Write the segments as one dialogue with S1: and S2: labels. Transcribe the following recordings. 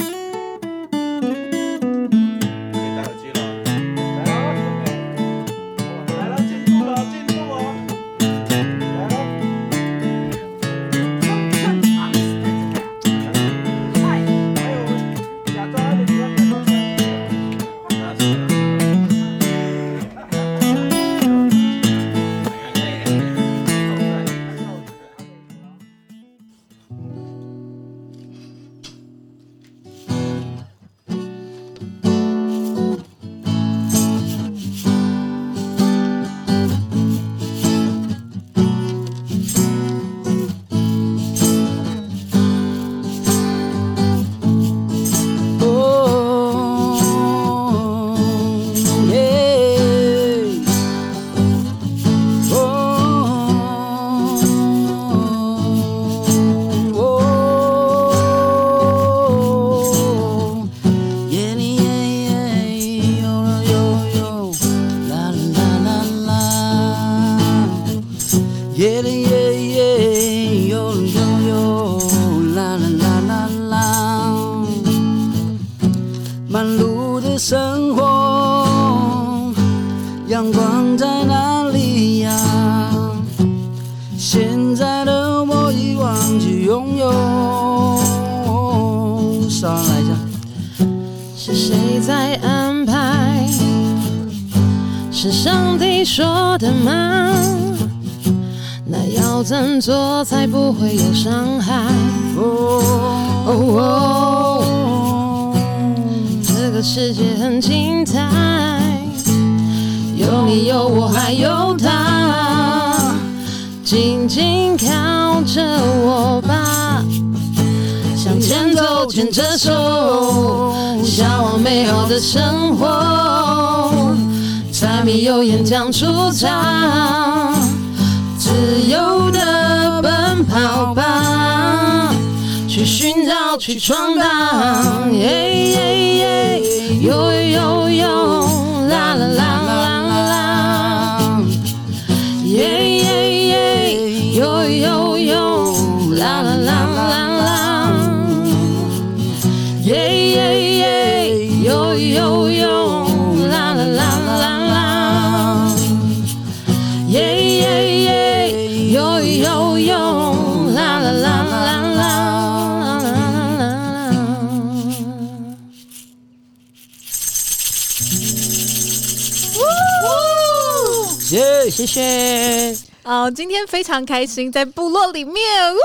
S1: 可以戴耳机了。来了，哇来了，进步了，进步哦。来了。哎呦，假装一点，假装一点。那是。
S2: Oh, yeah. Oh, oh, yeah, yeah, yeah, oh, yo, yo, la, la, la, la. Yeah, yeah, yeah, yo, yo, yo, la, la, la, la, la. 忙碌的生活，阳光在哪里呀？现在的我已忘记拥有。少来一下。
S3: 是谁在安排？是上帝说的吗？那要怎做才不会有伤害？
S2: 哦
S3: 哦哦，
S2: 哦，
S3: 这个世界很精彩，有你有我还有他，紧紧靠着我吧，向前走，牵着手。向往美好的生活，柴米油盐酱醋茶，自由的奔跑吧，去寻找，去闯荡，耶耶耶，有有有，啦啦啦啦啦，耶耶耶，有有有，啦啦啦啦啦。耶耶耶，呦呦呦，啦啦啦啦啦，耶耶耶，呦呦呦，啦啦啦啦啦啦啦啦。
S2: 谢谢谢。
S4: 哦，今天非常开心，在部落里面，呜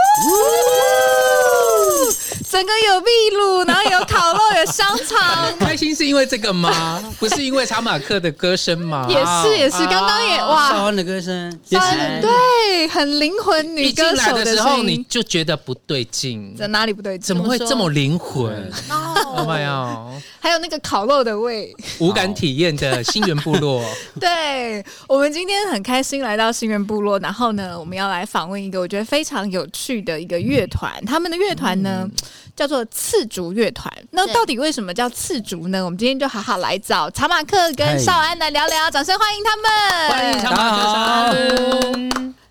S4: 整个有秘鲁，然后有烤肉，有香肠，
S5: 开心是因为这 个吗？不是因为查马克的歌声吗？
S4: 也是也是，刚刚也
S5: 啊
S2: 少
S4: 哇，
S2: 安的歌声，
S4: 算对，很灵魂女
S5: 一进
S4: 歌
S5: 来
S4: 手
S5: 的时候
S4: 声
S5: 你
S4: 音，
S5: 就觉得不对劲，
S4: 在哪里不对
S5: 怎
S4: 劲？
S5: 么会这么灵魂
S2: 对？
S5: 哦妈呀！
S4: 还有那个烤肉的味。
S5: 无感体验的新源部落，
S4: 对我们今天很开心来到新源部落，然后呢，我们要来访问一个我觉得非常有趣的一个乐团，他们的乐团呢、
S5: 嗯
S4: 叫做次竹乐团。那
S3: 对
S4: 到底为什么叫次竹呢？我们今天就好好来找查马克跟
S2: 嗨
S4: 少安来聊聊，掌声欢迎他们！
S5: 欢迎查马克。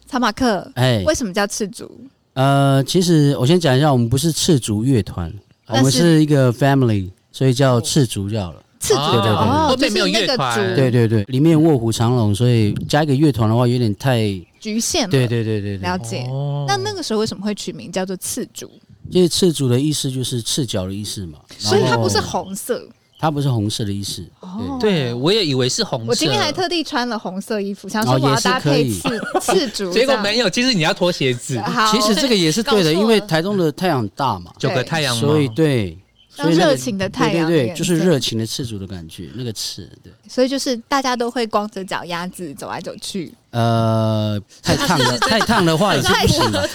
S4: 查马克，
S2: 哎
S4: 为什么叫次竹？
S2: 呃，其实我先讲一下，我们不是赤足乐团，
S4: 但
S2: 我
S4: 是
S2: 们是一个 family，所以叫赤足就好了。
S4: 次竹
S5: 哦
S4: 哦，
S5: 对
S4: 就
S5: 对对后面没有
S4: 是那
S5: 乐
S4: 个
S5: 团
S4: 竹
S2: 对对对，里面卧虎藏龙，所以加一个乐团的话有点太……
S4: 局限嘛
S2: 对对对对
S4: 嗯
S2: 对
S4: 了。解。
S5: 哦
S4: 那那个时候为什么会取名叫做次竹？
S2: 因为赤足的意思就是赤脚的意思嘛，
S4: 所以
S2: 然
S4: 它
S2: 后
S4: 不是，红色
S2: 它不是红色的意思。
S4: 哦。
S5: 对我也以为是红色，
S4: 我今天还特地穿了红色衣服，想说
S2: 哦
S4: 我要
S2: 也是
S4: 搭
S2: 可
S4: 配
S2: 以
S4: 刺刺竹，
S5: 结果没有，其实你要脱鞋
S4: 这
S5: 子
S4: 样。，好，
S2: 其实这个也是对的，因为台东的太阳很大嘛，
S5: 九个太阳吗
S2: 所以对，
S4: 让
S2: 所以那个
S4: 热情的太阳
S2: 对对
S4: 变
S2: 对，就是
S4: 色
S2: 热情的赤足的感觉，那个赤，对，
S4: 所以就是大家都会光着脚丫子走来走去，
S2: 呃，太烫了，太烫的话也是不行的。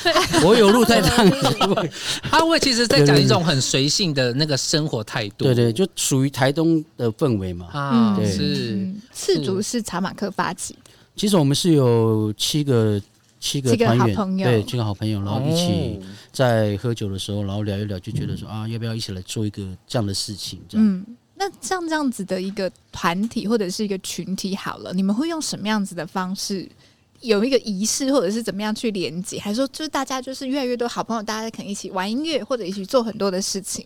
S2: 我有路太烫也是不行，
S5: 他会其实在讲一种很随性的那个生活态度。
S2: 对对，就属于台东的氛围嘛。
S5: 啊，
S4: 嗯
S5: 是
S4: 嗯，赤足是查马克发起的，
S2: 其实我们是有七个七个
S4: 七个好
S2: 团员，
S4: 朋友
S2: 对，七个好朋友，然后一起
S5: 哦
S2: 在喝酒的时候，然后聊一聊，就觉得说啊，要不要一起来做一个这样的事情？这样，
S4: 嗯。那像这样子的一个团体或者是一个群体，好了，你们会用什么样子的方式有一个仪式，或者是怎么样去连接，还是说就是大家就是越来越多好朋友，大家可能一起玩音乐，或者一起做很多的事情。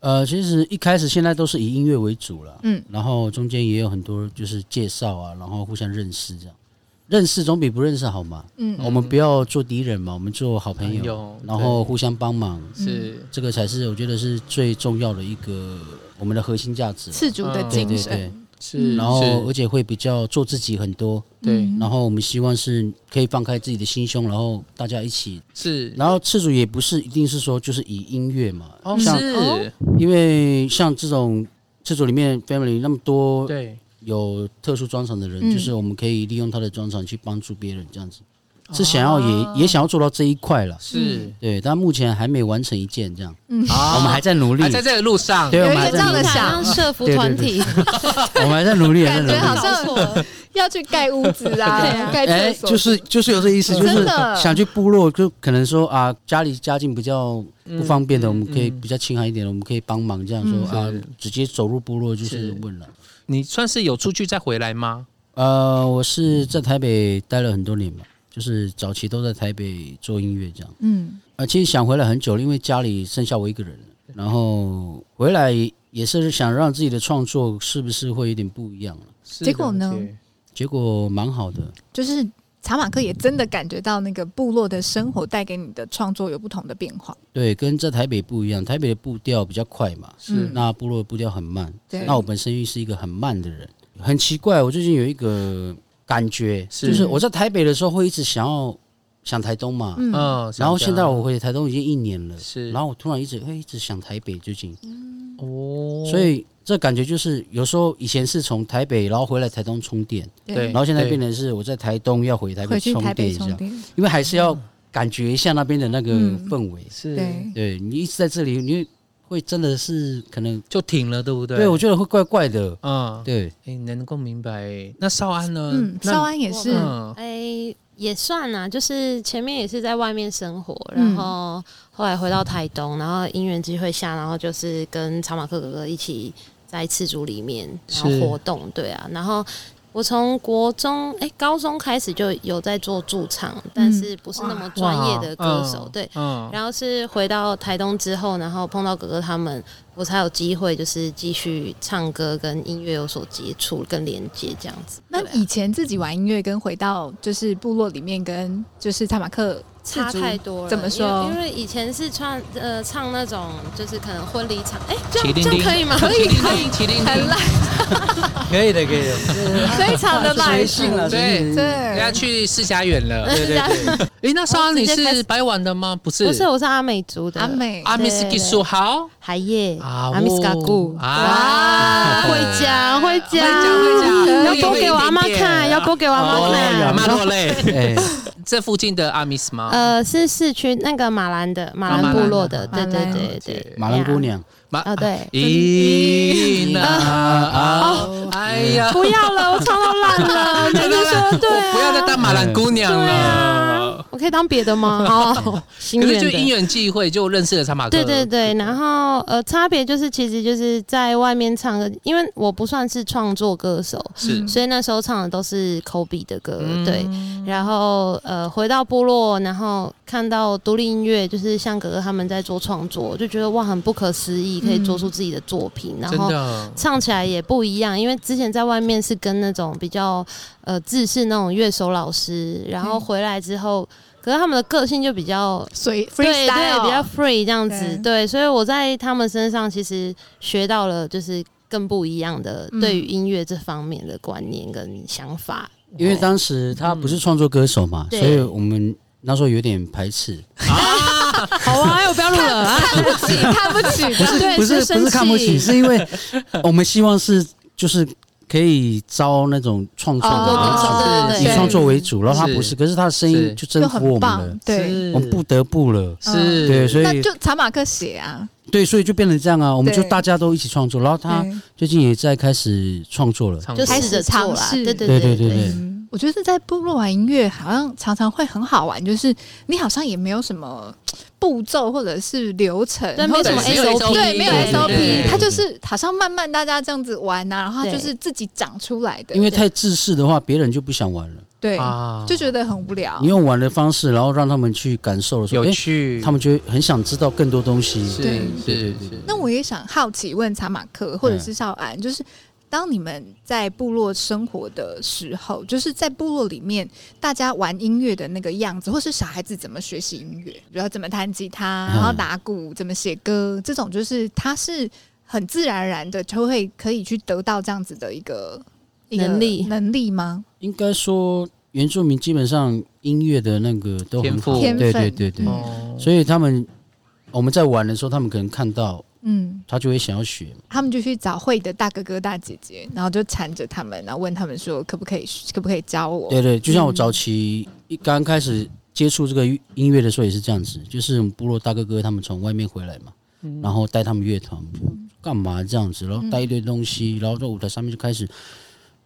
S2: 呃，其实一开始现在都是以音乐为主了，
S4: 嗯，
S2: 然后中间也有很多就是介绍啊，然后互相认识这样，认识总比不认识好嘛。
S4: 嗯
S2: 我们不要做敌人嘛，我们做好朋
S5: 朋
S2: 友
S5: 友，
S2: 然后互相帮忙，
S5: 是
S2: 这个才是我觉得是最重要的一个我们的核心价值啊。
S4: 赤足的
S2: 对
S4: 精
S2: 对
S4: 神，
S2: 对，
S5: 是，
S2: 然后而
S5: 是
S2: 且会比较做自己很多，
S5: 对
S4: 嗯
S2: 然后我们希望是可以放开自己的心胸，然后大家一起，
S5: 是，
S2: 然后赤足也不是一定是说就是以音乐嘛，
S5: 哦
S2: 像
S5: 是，
S2: 因为像这种厕所里面 family 那么多
S5: 对，
S2: 有特殊专长的人，
S4: 嗯
S2: 就是我们可以利用他的专长去帮助别人，这样子
S5: 哦
S2: 是想要也、也想要做到这一块了。
S5: 是
S2: 对，但目前还没完成一件这样，
S5: 啊
S2: 嗯我们还在努力，
S5: 还在这个路上，
S2: 对，我
S4: 有一个
S2: 们还
S4: 这
S2: 在
S4: 样
S2: 努
S4: 的
S2: 力，
S4: 想
S3: 想要社服
S2: 对对
S3: 团
S2: 对
S3: 体，
S2: 我们还在努力，还在
S4: 感
S2: 努
S4: 觉好
S2: 力。
S4: 像要去盖屋子
S3: 对
S4: 啊，
S3: 啊
S4: 盖厕所，
S2: 哎就是就是有这意思，就
S4: 真
S2: 是
S4: 的
S2: 想去部落，就可能说啊，家里家境比较不方便
S5: 嗯
S2: 的，我们可以
S5: 嗯
S2: 比较亲寒一点的，我们可以帮忙这样说啊
S5: 嗯是，
S2: 直接走入部落就是
S5: 是
S2: 问了。
S5: 你算是有出去再回来吗？
S2: 呃，我是在台北待了很多年吧，就是早期都在台北做音乐这样。
S4: 嗯
S2: 呃，其实想回来很久了，因为家里剩下我一个人了，然后回来也是想让自己的创作是不是会有点不一样了。
S5: 是
S4: 结果
S5: 了
S4: 呢
S5: 解
S2: 结果蛮好的，
S4: 就是查马克也真的感觉到那个部落的生活带给你的创作有不同的变化。
S2: 对，跟在台北不一样。台北的步调比较快嘛，
S4: 嗯
S5: 是
S2: 那部落的步调很慢。
S4: 对
S2: 那我本身又是一个很慢的人，很奇怪。我最近有一个感觉，就是我在台北的时候会一直想要想台东嘛，
S4: 嗯
S5: 嗯，
S2: 然后
S5: 想
S2: 现在
S5: 家
S2: 我回台东已经一年了，
S5: 是
S2: 然后我突然一直哎会一直想台北最近，
S5: 哦，
S2: 所以这感觉就是有时候以前是从台北，然后回来台东充电，
S5: 对
S2: 然后现在
S5: 对
S2: 变成是我在台东要回台
S4: 回
S2: 北
S4: 去
S2: 充
S4: 台
S2: 电
S4: 北
S2: 一
S4: 充
S2: 下，
S4: 电，
S2: 因为还是要感觉一下那边的那个
S4: 嗯
S2: 氛围。
S5: 是
S4: 对，
S2: 对你一直在这里，你会真的是可能，
S5: 就停了，对不对？
S2: 对我觉得会怪怪的。
S5: 嗯，
S2: 对，
S5: 哎，能够明白。那少安呢？
S4: 嗯，
S5: 那
S4: 少安也是，
S5: 嗯
S3: 哎，也算啦，就是前面也是在外面生活，
S4: 嗯
S3: 然后后来回到台东，然后因缘机会下，然后就是跟草马克哥哥一起在赤足里面然后
S5: 是
S3: 活动，对啊，然后。我从国中哎、高中开始就有在做驻唱，但是不是那么专业的歌手，对，，
S5: 哇嗯，
S3: 然后是回到台东之后，然后碰到哥哥他们，我才有机会就是继续唱歌跟音乐有所接触跟连接这样子。
S4: 那
S3: 对啊
S4: 以前自己玩音乐跟回到就是部落里面跟就是查马克
S3: 差
S4: 赤足
S3: 太多了，
S4: 怎么说
S3: 因为因为以前是唱呃唱那种就是可能婚礼场，哎、这
S5: 麒
S3: 样
S5: 麟
S3: 这样
S5: 丁
S3: 可以吗？
S5: 麒麟 丁，麒麟
S4: 很
S5: 丁，
S4: 烂，
S2: 可以的，可以 的，
S4: 非常的烂
S2: 随，性了，
S5: 对
S2: 随性
S5: 人家
S4: 对，
S5: 去世家园了。
S2: 对对对。
S5: 哎，那少安
S3: 嗯哦
S5: 你
S3: 直接开
S5: 是
S3: 始
S5: 白碗的吗？不是，啊
S3: 不 是，我是阿美族的
S4: 阿，美，
S5: 阿米斯
S3: 对
S5: 基苏豪
S3: 海叶
S5: 啊
S3: 阿米斯嘎古
S5: 哦
S3: 啊，
S5: 啊
S3: 会讲会讲嗯
S5: 会讲会讲
S3: 要
S5: 那也
S3: 播
S5: 会一
S3: 给我阿妈
S5: 点点
S3: 看，要播给我阿妈
S5: 哦
S3: 看。
S5: 马洛泪，
S2: 哎，
S5: 这附近的阿米斯吗？
S3: 呃，是市区那个马兰的哦马兰部落的，对对对对，
S2: 马兰姑娘，
S5: 马
S3: 哦对
S5: 咦那啊，哎呀，
S3: 不要了，我唱到烂 了，我就是说对啊，
S5: 不要再当马兰姑娘
S3: 对
S5: 了
S3: 啊。，我可以当别的 吗？哦，心
S5: 可是
S3: 愿
S5: 就因
S3: 的。
S5: 缘际会就认识了查马克，
S3: 对对对，然后呃，差别就是其实就是在外面唱歌，因为我不算是创作歌手，
S5: 是
S3: 所以那时候唱的都是口笔的歌，
S5: 嗯
S3: 对。然后呃，回到部落，然后看到独立音乐，就是像哥哥他们在做创作，就觉得哇，很不可思议，可以做出自己的作品，然
S5: 真
S3: 后
S5: 的
S3: 唱起来也不一样，因为之前在外面是跟那种比较呃自式那种乐手老师，然后
S4: 嗯
S3: 回来之后，可是他们的个性就比较
S4: 随
S3: 对对
S4: freestyle
S3: 比较 free 这样子，
S4: 对
S3: 对，所以我在他们身上其实学到了就是更不一样的
S4: 嗯
S3: 对于音乐这方面的观念跟想法。
S2: 因为当时他不是创作歌手嘛，
S3: 对
S2: 所以我们那时候有点排斥，
S3: 好啊，哎，我不要录了啊，
S4: 看不起，看不起
S2: 不
S4: 的，
S2: 是
S3: 对
S2: 不是
S3: 是生
S2: 不是看不起，
S3: 气
S2: 是因为我们希望是就是可以招那种创作
S4: 哦
S3: 做歌
S2: 的
S3: 手
S2: 为主，
S5: 啊
S3: 对
S2: 以
S3: 对
S4: 对
S2: 创作为主，然后他
S5: 是
S2: 不是，可是他的声音
S5: 是
S2: 就征
S4: 就
S2: 服
S4: 很
S2: 我们了
S4: 棒，，对，
S5: 是
S2: 我们不得不了，
S3: 嗯
S5: 是
S2: 对，所
S4: 那
S2: 以
S4: 就查马克写啊，
S2: 对，所以就变成这样啊，我们就
S4: 对
S2: 大家都一起创作，然后他
S4: 对
S2: 最近也在开始创作了，
S5: 唱
S3: 就
S5: 歌
S4: 开
S3: 试
S4: 始
S3: 着做
S4: 尝
S3: 啦，
S4: 试
S3: 对对
S2: 对对
S3: 对
S2: 对对
S4: 嗯，我觉得在部落玩音乐好像常常会很好玩，就是你好像也没有什么步骤或者是流程，
S3: 对
S4: 或
S3: 没
S4: 者
S3: 什么
S4: 是
S5: 没有
S3: SOP，
S4: 对，没有
S5: 对对
S4: SOP，
S5: 对
S4: 它就是好像慢慢大家这样子玩啊，然后它就
S3: 对
S4: 是自己长出来的，
S2: 因为太自私的话，别人就不想玩了。
S4: 对，
S5: 啊
S4: 就觉得很无聊
S2: 你。用玩的方式，然后让他们去感受的时候，
S5: 有
S2: 诶
S5: 趣，
S2: 他们就会很想知道更多东西。
S5: 是
S4: 对
S5: 是
S2: 对
S5: 是
S2: 对，
S4: 那我也想好奇问查马克
S2: 嗯
S4: 或者是少安，就是当你们在部落生活的时候，就是在部落里面大家玩音乐的那个样子，或是小孩子怎么学习音乐，比如说怎么弹吉他，
S2: 嗯
S4: 然后打鼓，怎么写歌，这种就是他是很自然而然的就会可以去得到这样子的一个。一个
S3: 能力
S4: 能力吗？
S2: 应该说原住民基本上音乐的那个都很好，
S5: 天
S4: 赋天
S2: 对哦对
S4: 分
S2: 对对，
S4: 嗯
S5: 哦
S2: 所以他们我们在玩的时候，他们可能看到，
S4: 嗯，
S2: 他就会想要学嘛。
S4: 他们就去找会的大哥哥大姐姐，然后就缠着他们，然后问他们说可不可以可不可以教我？
S2: 对对，就像我
S4: 嗯
S2: 早期一刚开始接触这个音乐的时候也是这样子，就是我们部落大哥哥他们从外面回来嘛，
S5: 嗯
S2: 然后带他们乐团，我们就干嘛这样子，
S4: 嗯
S2: 然后带一堆东西，然后在舞台上面就开始，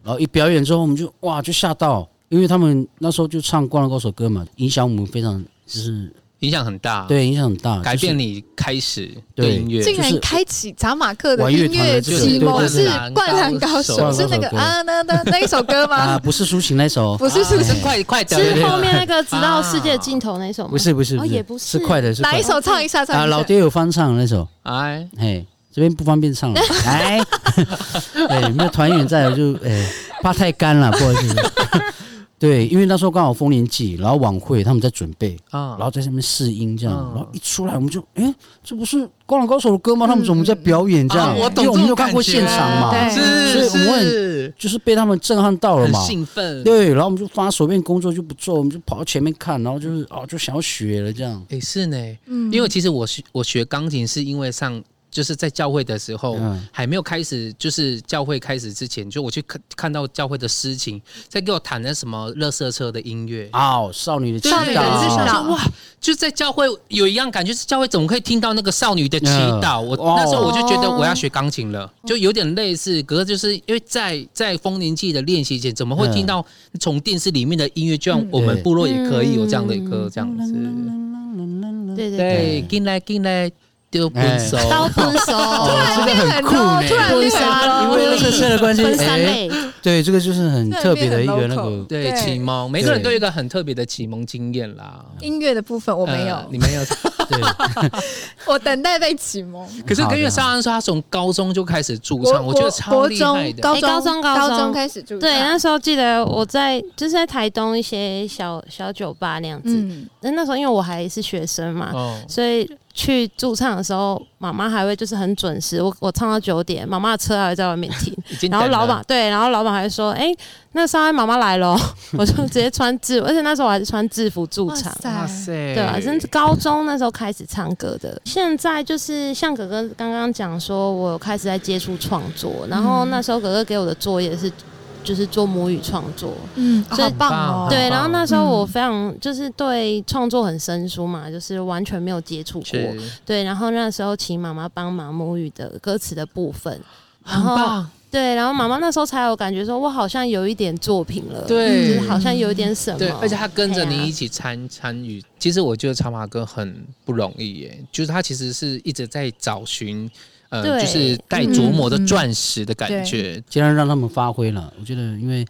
S2: 然后一表演之后，我们就哇就吓到，因为他们那时候就唱《灌篮高手》歌嘛，影响我们非常，就是
S5: 影响很大，，
S2: 对影响很大，
S5: 啊改
S2: 就是
S5: 变你开始
S2: 对
S5: 对音乐
S4: 竟
S2: 就
S4: 然
S2: 是
S4: 开启查马克的
S2: 玩
S4: 音
S2: 乐团
S4: 乐
S2: 的这个
S4: 启蒙
S2: 对
S4: 是
S2: 对
S4: 《
S5: 对
S4: 灌篮高手
S5: 灌
S2: 篮》，高手
S4: 是那个
S2: 对
S4: 啊那那那一首歌
S2: 啊，
S4: 吗？
S2: 不是抒情那首，哎
S4: 不是，是不是
S5: 是快快的，
S3: 是后面那个直到世界尽头那首吗？
S2: 啊不是不是
S3: 哦也不
S2: 是
S3: 是
S2: 快的，是
S4: 哪
S2: 快
S4: 一
S2: 的
S4: 首？唱一下，唱
S2: 啊，
S4: 一
S2: 老
S4: 下。
S2: 爹有翻唱那首。
S5: 哎，
S2: 哎，这边不方便唱了，哎， 哎，没有团员在就哎，怕太干了，不好意思。 对，因为那时候刚好丰年祭，然后晚会他们在准备，
S5: 啊
S2: 然，后在上面试音这样，
S5: 嗯
S2: 然后一出来我们就，哎、这不是《灌篮高手》的歌吗？他们怎么在表演这样？
S5: 啊我懂
S2: 因为我们
S5: 这种
S2: 有看过
S5: 感觉啊
S2: 现场嘛，
S4: 对
S5: 是
S2: 所以我们
S5: 是，
S2: 就是被他们震撼到了
S5: 很
S2: 嘛。
S5: 兴奋，
S2: 对，然后我们就发手边工作就不做，我们就跑到前面看，然后就是哦，就想要学了这样。
S5: 哎是呢，
S4: 嗯
S5: 因为其实我学我学钢琴是因为上就是在教会的时候、
S2: 嗯
S5: 还没有开始，就是教会开始之前，就我去看看到教会的诗情在给我弹那什么乐色车的音乐。
S2: 哦，少女的祈
S5: 对
S4: 少女的
S5: 我
S4: 祈
S5: 想
S4: 祷
S2: 祷，
S5: 说哇，就在教会有一样感觉是教会怎么可以听到那个少女的祈祷？
S2: 嗯
S5: 我
S2: 哇
S5: 那时候我就觉得我要学钢琴了，就有点类似。可是就是因为在在丰年祭的练习前，怎么会听到从电视里面的音乐？就像我们
S2: 对
S5: 部落也可以有这样的歌，这样子。
S2: 嗯
S3: 对对对，
S5: 对，进来进来丢分手，
S3: 刀分手，
S4: 哦
S2: 这个哦很酷
S4: 突然
S2: 呢
S4: 变很多突然
S3: 婚
S4: 变很
S3: 纱
S4: 多
S2: 因为这车的关系，
S3: 哦分三
S2: 哎，
S3: 类，
S2: 对，这个就是很特别的一个那
S4: 这边
S2: 个，
S5: 对
S4: 对
S5: 启蒙，每个人
S2: 对
S5: 都有一个很特别的启蒙经验啦。
S4: 音乐的部分我没有
S5: 呃，你没有。
S2: 对，
S4: 我等待被启蒙。
S5: 可是
S2: 好的
S5: 跟月莎安说，他从高中就开始驻唱，我觉得超
S4: 国
S5: 厉害
S4: 中、
S5: 的。
S4: 高
S3: 哎高
S4: 中、
S3: 中高中
S4: 中开始就
S3: 对，那时候记得我在就是在台东一些小小酒吧那样子，
S4: 嗯，
S3: 那那时候因为我还是学生嘛，
S5: 哦，
S3: 所以去驻唱的时候，妈妈还会就是很准时。我我唱到九点，妈妈的车还会在外面停，
S5: 已经
S3: 然后
S5: 等了
S3: 老板对，然后老板还说：“哎、那稍安妈妈来了。” 我就直接穿制服，而且那时候我还是穿制服驻
S4: 哇
S3: 场。
S5: 哇
S4: 塞，
S5: 塞，
S3: 对啊，真是高中那时候开始唱歌的。现在就是像哥哥刚刚讲说，我有开始在接触创作，然后
S4: 嗯
S3: 那时候哥哥给我的作业是就是做母语创作，
S4: 嗯，
S3: 所以
S4: 好棒哦，
S3: 对，然后那时候我
S4: 嗯
S3: 非常就是对创作很生疏嘛，就是完全没有接触过。
S5: 是
S3: 对，然后那时候请妈妈帮忙母语的歌词的部分，然
S5: 很
S3: 后
S5: 棒，
S3: 对，然后妈妈那时候才有感觉说，我好像有一点作品了，
S5: 对
S3: 就是好像有一点什么，
S5: 对，而且他跟着
S3: 哎呀
S5: 你一起参参与。其实我觉得长马哥很不容易耶，就是他其实是一直在找寻，呃，
S3: 对嗯
S5: 就是带琢磨的钻石的感觉。
S2: 尽量让他们发挥了。我觉得，因为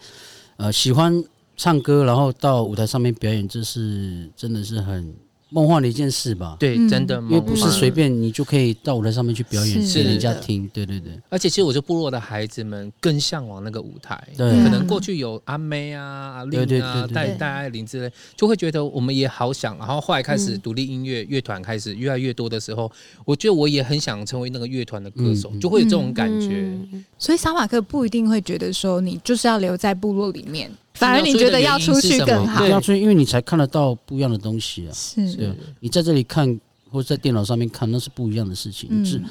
S2: 呃，喜欢唱歌，然后到舞台上面表演，这是真的是很梦幻的一件事吧？，
S5: 对，
S4: 嗯
S5: 真的
S2: 因为不是
S5: 梦幻
S2: 随便你就可以到舞台上面去表演
S4: 是
S2: 给人家
S3: 的
S2: 听。对对对
S5: 而且其实我觉得部落的孩子们更向往那个舞台，
S2: 对，
S5: 可
S4: 嗯
S5: 能过去有阿妹啊、阿
S2: 对
S5: 令
S2: 对对
S5: 啊
S2: 对、对
S5: 戴戴爱玲之类，就会觉得我们也好想。然后后来开始独立音乐乐团开始越来越多的时候，我觉得我也很想成为那个乐团的歌手，
S2: 嗯嗯
S5: 就会有这种感觉。
S3: 嗯
S4: 所以杀马克不一定会觉得说你就是要留在部落里面，反而你觉得要出去更好
S5: 对，
S2: 嗯要注意，因为你才看得到不一样的东西啊。
S4: 是，
S2: 对，你在这里看或者在电脑上面看，那是不一样的事情。自
S4: 嗯，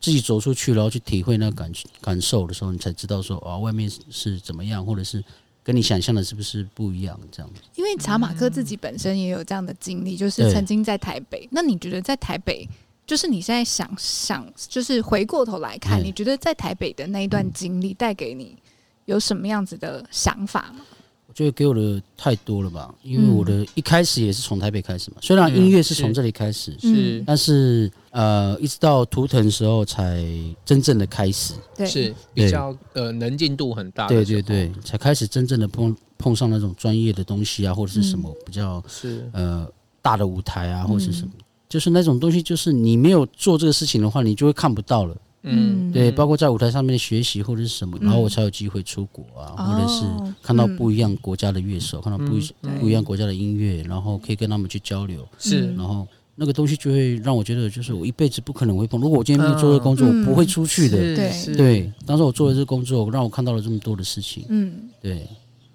S2: 自己走出去，然后去体会那个感感受的时候，你才知道说啊，外面是是怎么样，或者是跟你想象的是不是不一样这样。
S4: 因为查马克自己本身也有这样的经历，就是
S2: 对
S4: 曾经在台北。那你觉得在台北，就是你现在想想，就是回过头来看，
S2: 嗯
S4: 你觉得在台北的那一段经历带给你有什么样子的想法吗？
S2: 我觉得给我的太多了吧，因为
S4: 嗯
S2: 我的一开始也是从台北开始嘛，虽然
S5: 嗯
S2: 音乐是从
S5: 是
S2: 这里开始，
S5: 是
S4: 嗯
S2: 但是呃，一直到图腾的时候才真正的开始，
S4: 对，嗯
S5: 是
S2: 对
S5: 比较呃能进度很大的
S4: 啊
S2: 对
S5: 时候
S2: 对对，才开始真正的碰碰上那种专业的东西啊，或者是什么比较
S5: 是
S2: 呃大的舞台
S4: 嗯
S2: 啊，或者是什么，就是那种东西，就是你没有做这个事情的话，你就会看不到了。
S5: 嗯，
S2: 对，包括在舞台上面的学习或者是什么，然后
S4: 嗯
S2: 我才有机会出国啊，
S4: 哦
S2: 或者是看到
S4: 嗯
S2: 不一样国家的乐手，看到不一
S4: 嗯
S2: 不一样国家的音乐，然后可以跟他们去交流，
S5: 是
S4: 嗯
S2: 然后那个东西就会让我觉得，就是我一辈子不可能会碰。如果我今天不做这个工作，
S4: 嗯
S2: 我不会出去的。
S5: 是
S4: 对
S5: 是
S2: 对，当时我做了这个工作，让我看到了这么多的事情。
S4: 嗯，
S2: 对，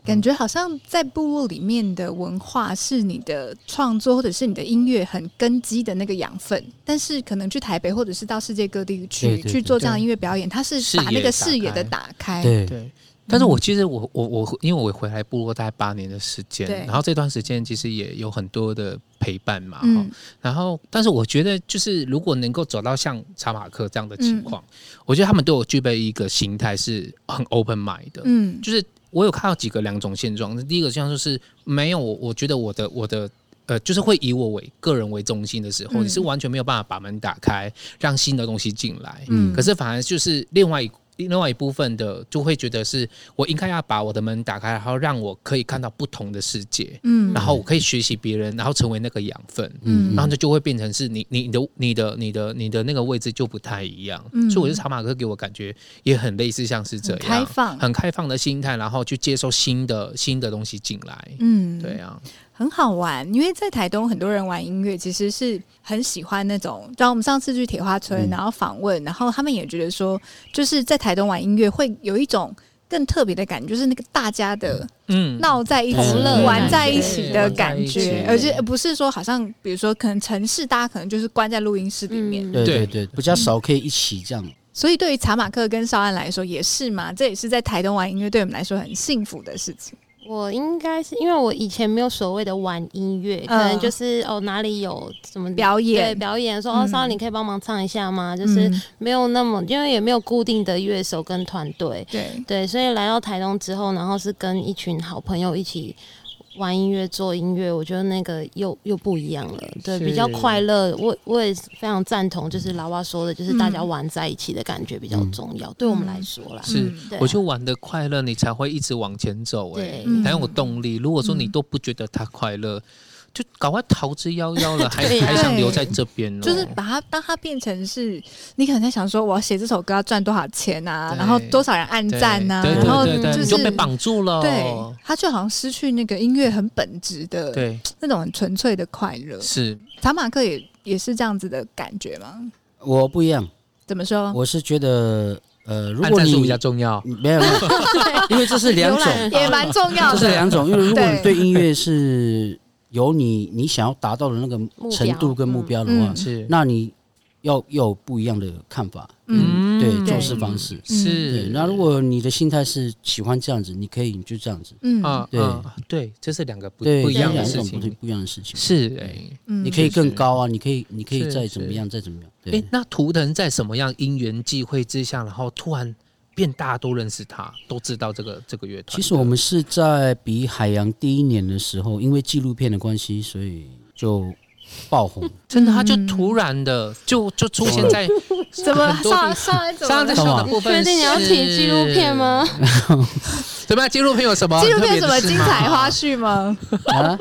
S4: 感觉好像在部落里面的文化是你的创作或者是你的音乐很根基的那个养分，但是可能去台北或者是到世界各地去
S2: 对对对
S4: 去做这样的音乐表演，它是
S5: 视
S4: 把
S5: 野
S4: 那个
S5: 打
S4: 视野的
S5: 开
S4: 打开。
S2: 对，
S5: 对。但是我其实我我我，因为我回来部落大概八年的时间
S4: 对，
S5: 然后这段时间其实也有很多的陪伴嘛，哈、
S4: 嗯
S5: 然后，但是我觉得，就是如果能够走到像查马克这样的情况，
S4: 嗯
S5: 我觉得他们都有具备一个心态是很 open mind 的。
S4: 嗯
S5: 就是我有看到几个两种现状，第一个像就是没有我，我觉得我的我的呃，就是会以我为个人为中心的时候，
S4: 嗯
S5: 你是完全没有办法把门打开，让新的东西进来。
S4: 嗯
S5: 可是反而就是另外一。另外一部分的就会觉得是我应该要把我的门打开，然后让我可以看到不同的世界，
S4: 嗯
S5: 然后我可以学习别人，然后成为那个养分。
S4: 嗯
S5: 然后这就会变成是你你的你的你的你的那个位置就不太一样，
S4: 嗯
S5: 所以我觉得查马哥给我感觉也很类似，像是这
S4: 很
S5: 样
S4: 开放
S5: 很开放的心态，然后去接受新的新的东西进来。
S4: 嗯
S5: 对啊，
S4: 很好玩，因为在台东很多人玩音乐，其实是很喜欢那种。然后我们上次去铁花村，
S2: 嗯
S4: 然后访问，然后他们也觉得说，就是在台东玩音乐会有一种更特别的感觉，就是那个大家的
S5: 嗯，
S4: 闹在一起、
S2: 同乐
S4: 玩
S2: 感
S4: 在一
S2: 觉
S4: 起的感觉，
S5: 玩在一起
S4: 而且不是说好像比如说可能城市大家可能就是关在录音室里面，
S3: 嗯
S2: 对
S5: 对
S2: 对对，比较少可以一起这样。
S4: 所以对于查马克跟少安来说也是嘛，这也是在台东玩音乐对我们来说很幸福的事情。
S3: 我应该是因为我以前没有所谓的玩音乐，可能就是哦哪里有什
S5: 嗯
S3: 么
S4: 嗯表
S3: 对
S4: 演，
S3: 表演，说哦
S4: 嗯
S3: 稍你可以帮忙唱一下吗？就是
S4: 嗯
S3: 没有那么，因为也没有固定的乐手跟团队，
S4: 对，
S3: 对，所以来到台东之后，然后是跟一群好朋友一起玩音乐、做音乐，我觉得那个又又不一样了，对，
S5: 是
S3: 比较快乐。我我也非常赞同，就是老蛙说的，就是大家
S4: 嗯
S3: 玩在一起的感觉比较重要，对我们来说啦。
S5: 是
S4: 嗯
S3: 对啊
S5: 我就玩的快乐，你才会一直往前走、欸，
S3: 对
S5: 哎，才有
S4: 嗯
S5: 动力。如果说你都不觉得他快乐，就赶快逃之夭 夭了，还
S3: 对啊
S5: 还想留在这边哦，
S4: 就是把它当它变成是，你可能在想说，我要写这首歌要赚多少钱啊，
S5: 对
S4: 然后多少人按
S5: 对
S4: 赞啊，
S5: 对对
S4: 然后
S5: 对对
S4: 是
S5: 你就被绑住了，
S4: 对，它就好像失去那个音乐很本质的
S5: 对，
S4: 那种很纯粹的快乐。
S5: 是
S4: 查马克也也是这样子的感觉吗？
S2: 我不一样，
S4: 怎么说？
S2: 我是觉得呃，如
S5: 按
S2: 果
S5: 战
S2: 你
S5: 术比较重要。
S2: 没有，没有因为这是两 种，
S4: 也蛮重要
S2: 这是
S4: 的。嗯
S2: 两种。因为如果你
S4: 对
S2: 对音乐是有你你想要达到的那个程度跟目标的话
S4: 嗯，
S5: 是
S2: 那你要要有不一样的看法，
S4: 嗯，
S2: 对
S4: 对
S2: 做事方式。
S5: 是
S2: 嗯对，。那如果你的心态是喜欢这样子，你可以你就这样子，
S4: 嗯
S5: 啊，
S2: 对
S5: 啊对，这是两个不
S2: 对，
S5: 不一样
S2: 这
S5: 的
S2: 是
S5: 事
S2: 两种不
S5: 情，
S2: 不一样的事情。
S5: 是哎
S4: 嗯
S2: 你可以
S5: 是是
S2: 更高啊，你可以你可以
S5: 是
S2: 再怎么
S5: 是
S2: 样再怎么样。对
S5: 哎，，那图腾在什么样因缘际会之下，然后突然变大家都认识他，都知道这个这个乐团的。
S2: 其实我们是在比海洋第一年的时候，因为纪录片的关系，所以就爆红。
S5: 真的，他就
S4: 嗯
S5: 突然的就就出现在
S4: 怎么
S5: 很多
S4: 上上 来怎么
S5: 上
S4: 了
S5: 次说的部分
S3: 确
S5: 是。
S3: 定你要提纪录片吗？
S5: 怎么样？纪录片有什么
S4: 纪录
S5: 特
S4: 片
S5: 别
S4: 有什么
S5: 的事
S4: 精
S5: 吗
S4: 彩花？絮吗？
S2: 啊，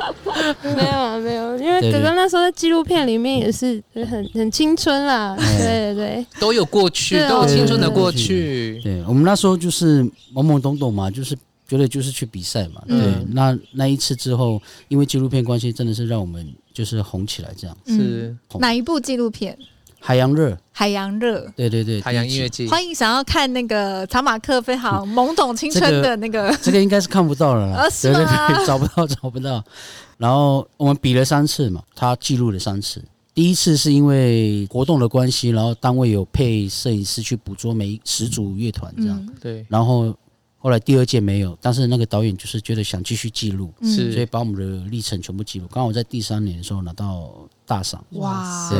S3: 没有啊，没有，因为
S2: 对
S3: 哥
S2: 对
S3: 哥那时候在纪录片里面也是就是很很青春啦，
S2: 哎
S3: 对对对，
S5: 都有过去，
S3: 对啊
S5: 都有青春的过去。
S2: 对我们那时候就是懵懵懂懂嘛，就是觉得就是去比赛嘛。
S4: 嗯
S2: 对，那那一次之后，因为纪录片关系，真的是让我们就是红起来这样。
S4: 嗯
S5: 是
S2: 红
S4: 哪一部纪录片？
S2: 海洋热，
S4: 海洋热。
S2: 对对对，
S5: 海洋
S2: 第一
S5: 音
S2: 集
S5: 乐季，
S4: 嗯欢迎想要看那个查马克非常懵懂青春的那个，
S2: 这个应该是看不到了
S4: 啊
S2: 啦，
S4: 是
S2: 对对
S4: 吗
S2: 对， 找不到找不到。然后我们比了三次嘛，他记录了三次。第一次是因为活动的关系，然后单位有配摄影师去捕捉每一十组乐团这样。
S4: 嗯
S5: 对，
S2: 然后后来第二届没有，但是那个导演就是觉得想继续记录，
S4: 嗯
S2: 所以
S5: 是
S2: 把我们的历程全部记录。刚好在第三年的时候拿到大赏，
S4: 哇，
S2: 对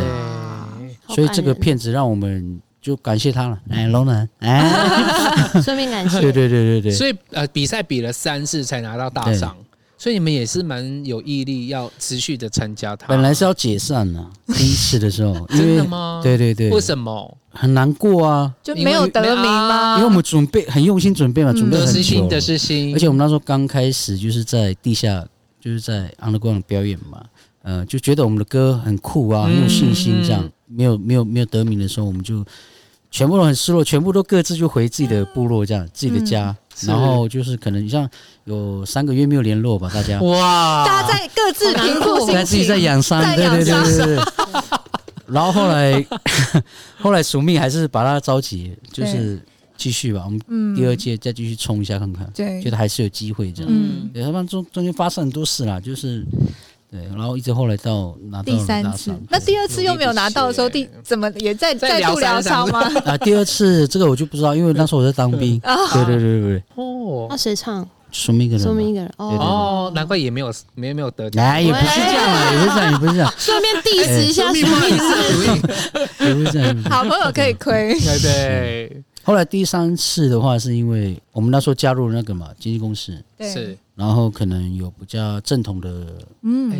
S3: 好
S2: 所以这个
S3: 感人
S2: 片子让我们就感谢他了。哎，龙南，哎，
S3: 顺便感谢，
S2: 对对对对对，嗯
S5: 所以呃，比赛比了三次才拿到大
S2: 对
S5: 赏，所以你们也是蛮有毅力，要持续的参加它。
S2: 本来是要解散呢、第一次的时候，因
S5: 真
S2: 为
S5: 的吗？
S2: 对对对，
S5: 嗯为什么？
S2: 很难过啊？
S4: 就没有得名吗？
S5: 啊
S2: 因为我们准备很用心准备嘛，
S4: 嗯
S2: 准备
S5: 得
S2: 很
S5: 失
S2: 久
S5: 心，，得失心，
S2: 而且我们那时候刚开始就是在地下，就是在 underground 表演嘛，呃，就觉得我们的歌很酷啊，很有信心这样。
S5: 嗯
S2: 没有没有没有得名的时候，我们就全部都很失落，全部都各自就回自己的部落这样，自己的家。
S5: 嗯是
S2: 然后就是可能像有三个月没有联络吧，大家
S5: 哇，
S4: 大家在各自平复心
S2: 在
S4: 情，
S2: 自己在养伤，
S4: 在
S2: 对
S4: 养
S2: 对对
S4: 伤
S2: 对对。对然后后来后来署命还是把他召集，就是继续吧，我们
S4: 嗯
S2: 第二届再继续冲一下看看，
S4: 对
S2: 觉，得还是有机会这样。
S4: 嗯，
S2: 对，他们中中间发生很多事啦，就是对，然后一直后来到拿到
S4: 第
S2: 了
S4: 三
S2: 大
S4: 次
S2: 赏，
S4: 那第二次又没有拿到的时候，
S5: 对
S4: 第怎么也在
S5: 在
S4: 再
S5: 疗
S4: 度疗
S5: 伤
S4: 伤吗？
S2: 啊，第二次这个我就不知道，因为那时候我在当兵。对对对对对，
S5: 哦
S3: 那谁唱？
S2: 说明一个人
S3: 说明一
S2: 嘛，
S3: 个人
S2: 对
S3: 哦。
S5: 哦，难怪也没有没有没有得奖。
S2: 哎，也不是这样
S3: 啊
S2: 啦，也不是这样，也不是这样，
S3: 顺便 diss 一下，
S5: 命
S3: 顺
S5: 不好意
S3: 便
S5: 思，主意
S2: 也不是这样也不是这样。
S4: 好朋友可以亏，
S5: 对对
S2: 后来第三次的话，是因为我们那时候加入那个嘛经纪公司，
S4: 对，
S5: 是，
S2: 然后可能有比较正统的
S5: 哎，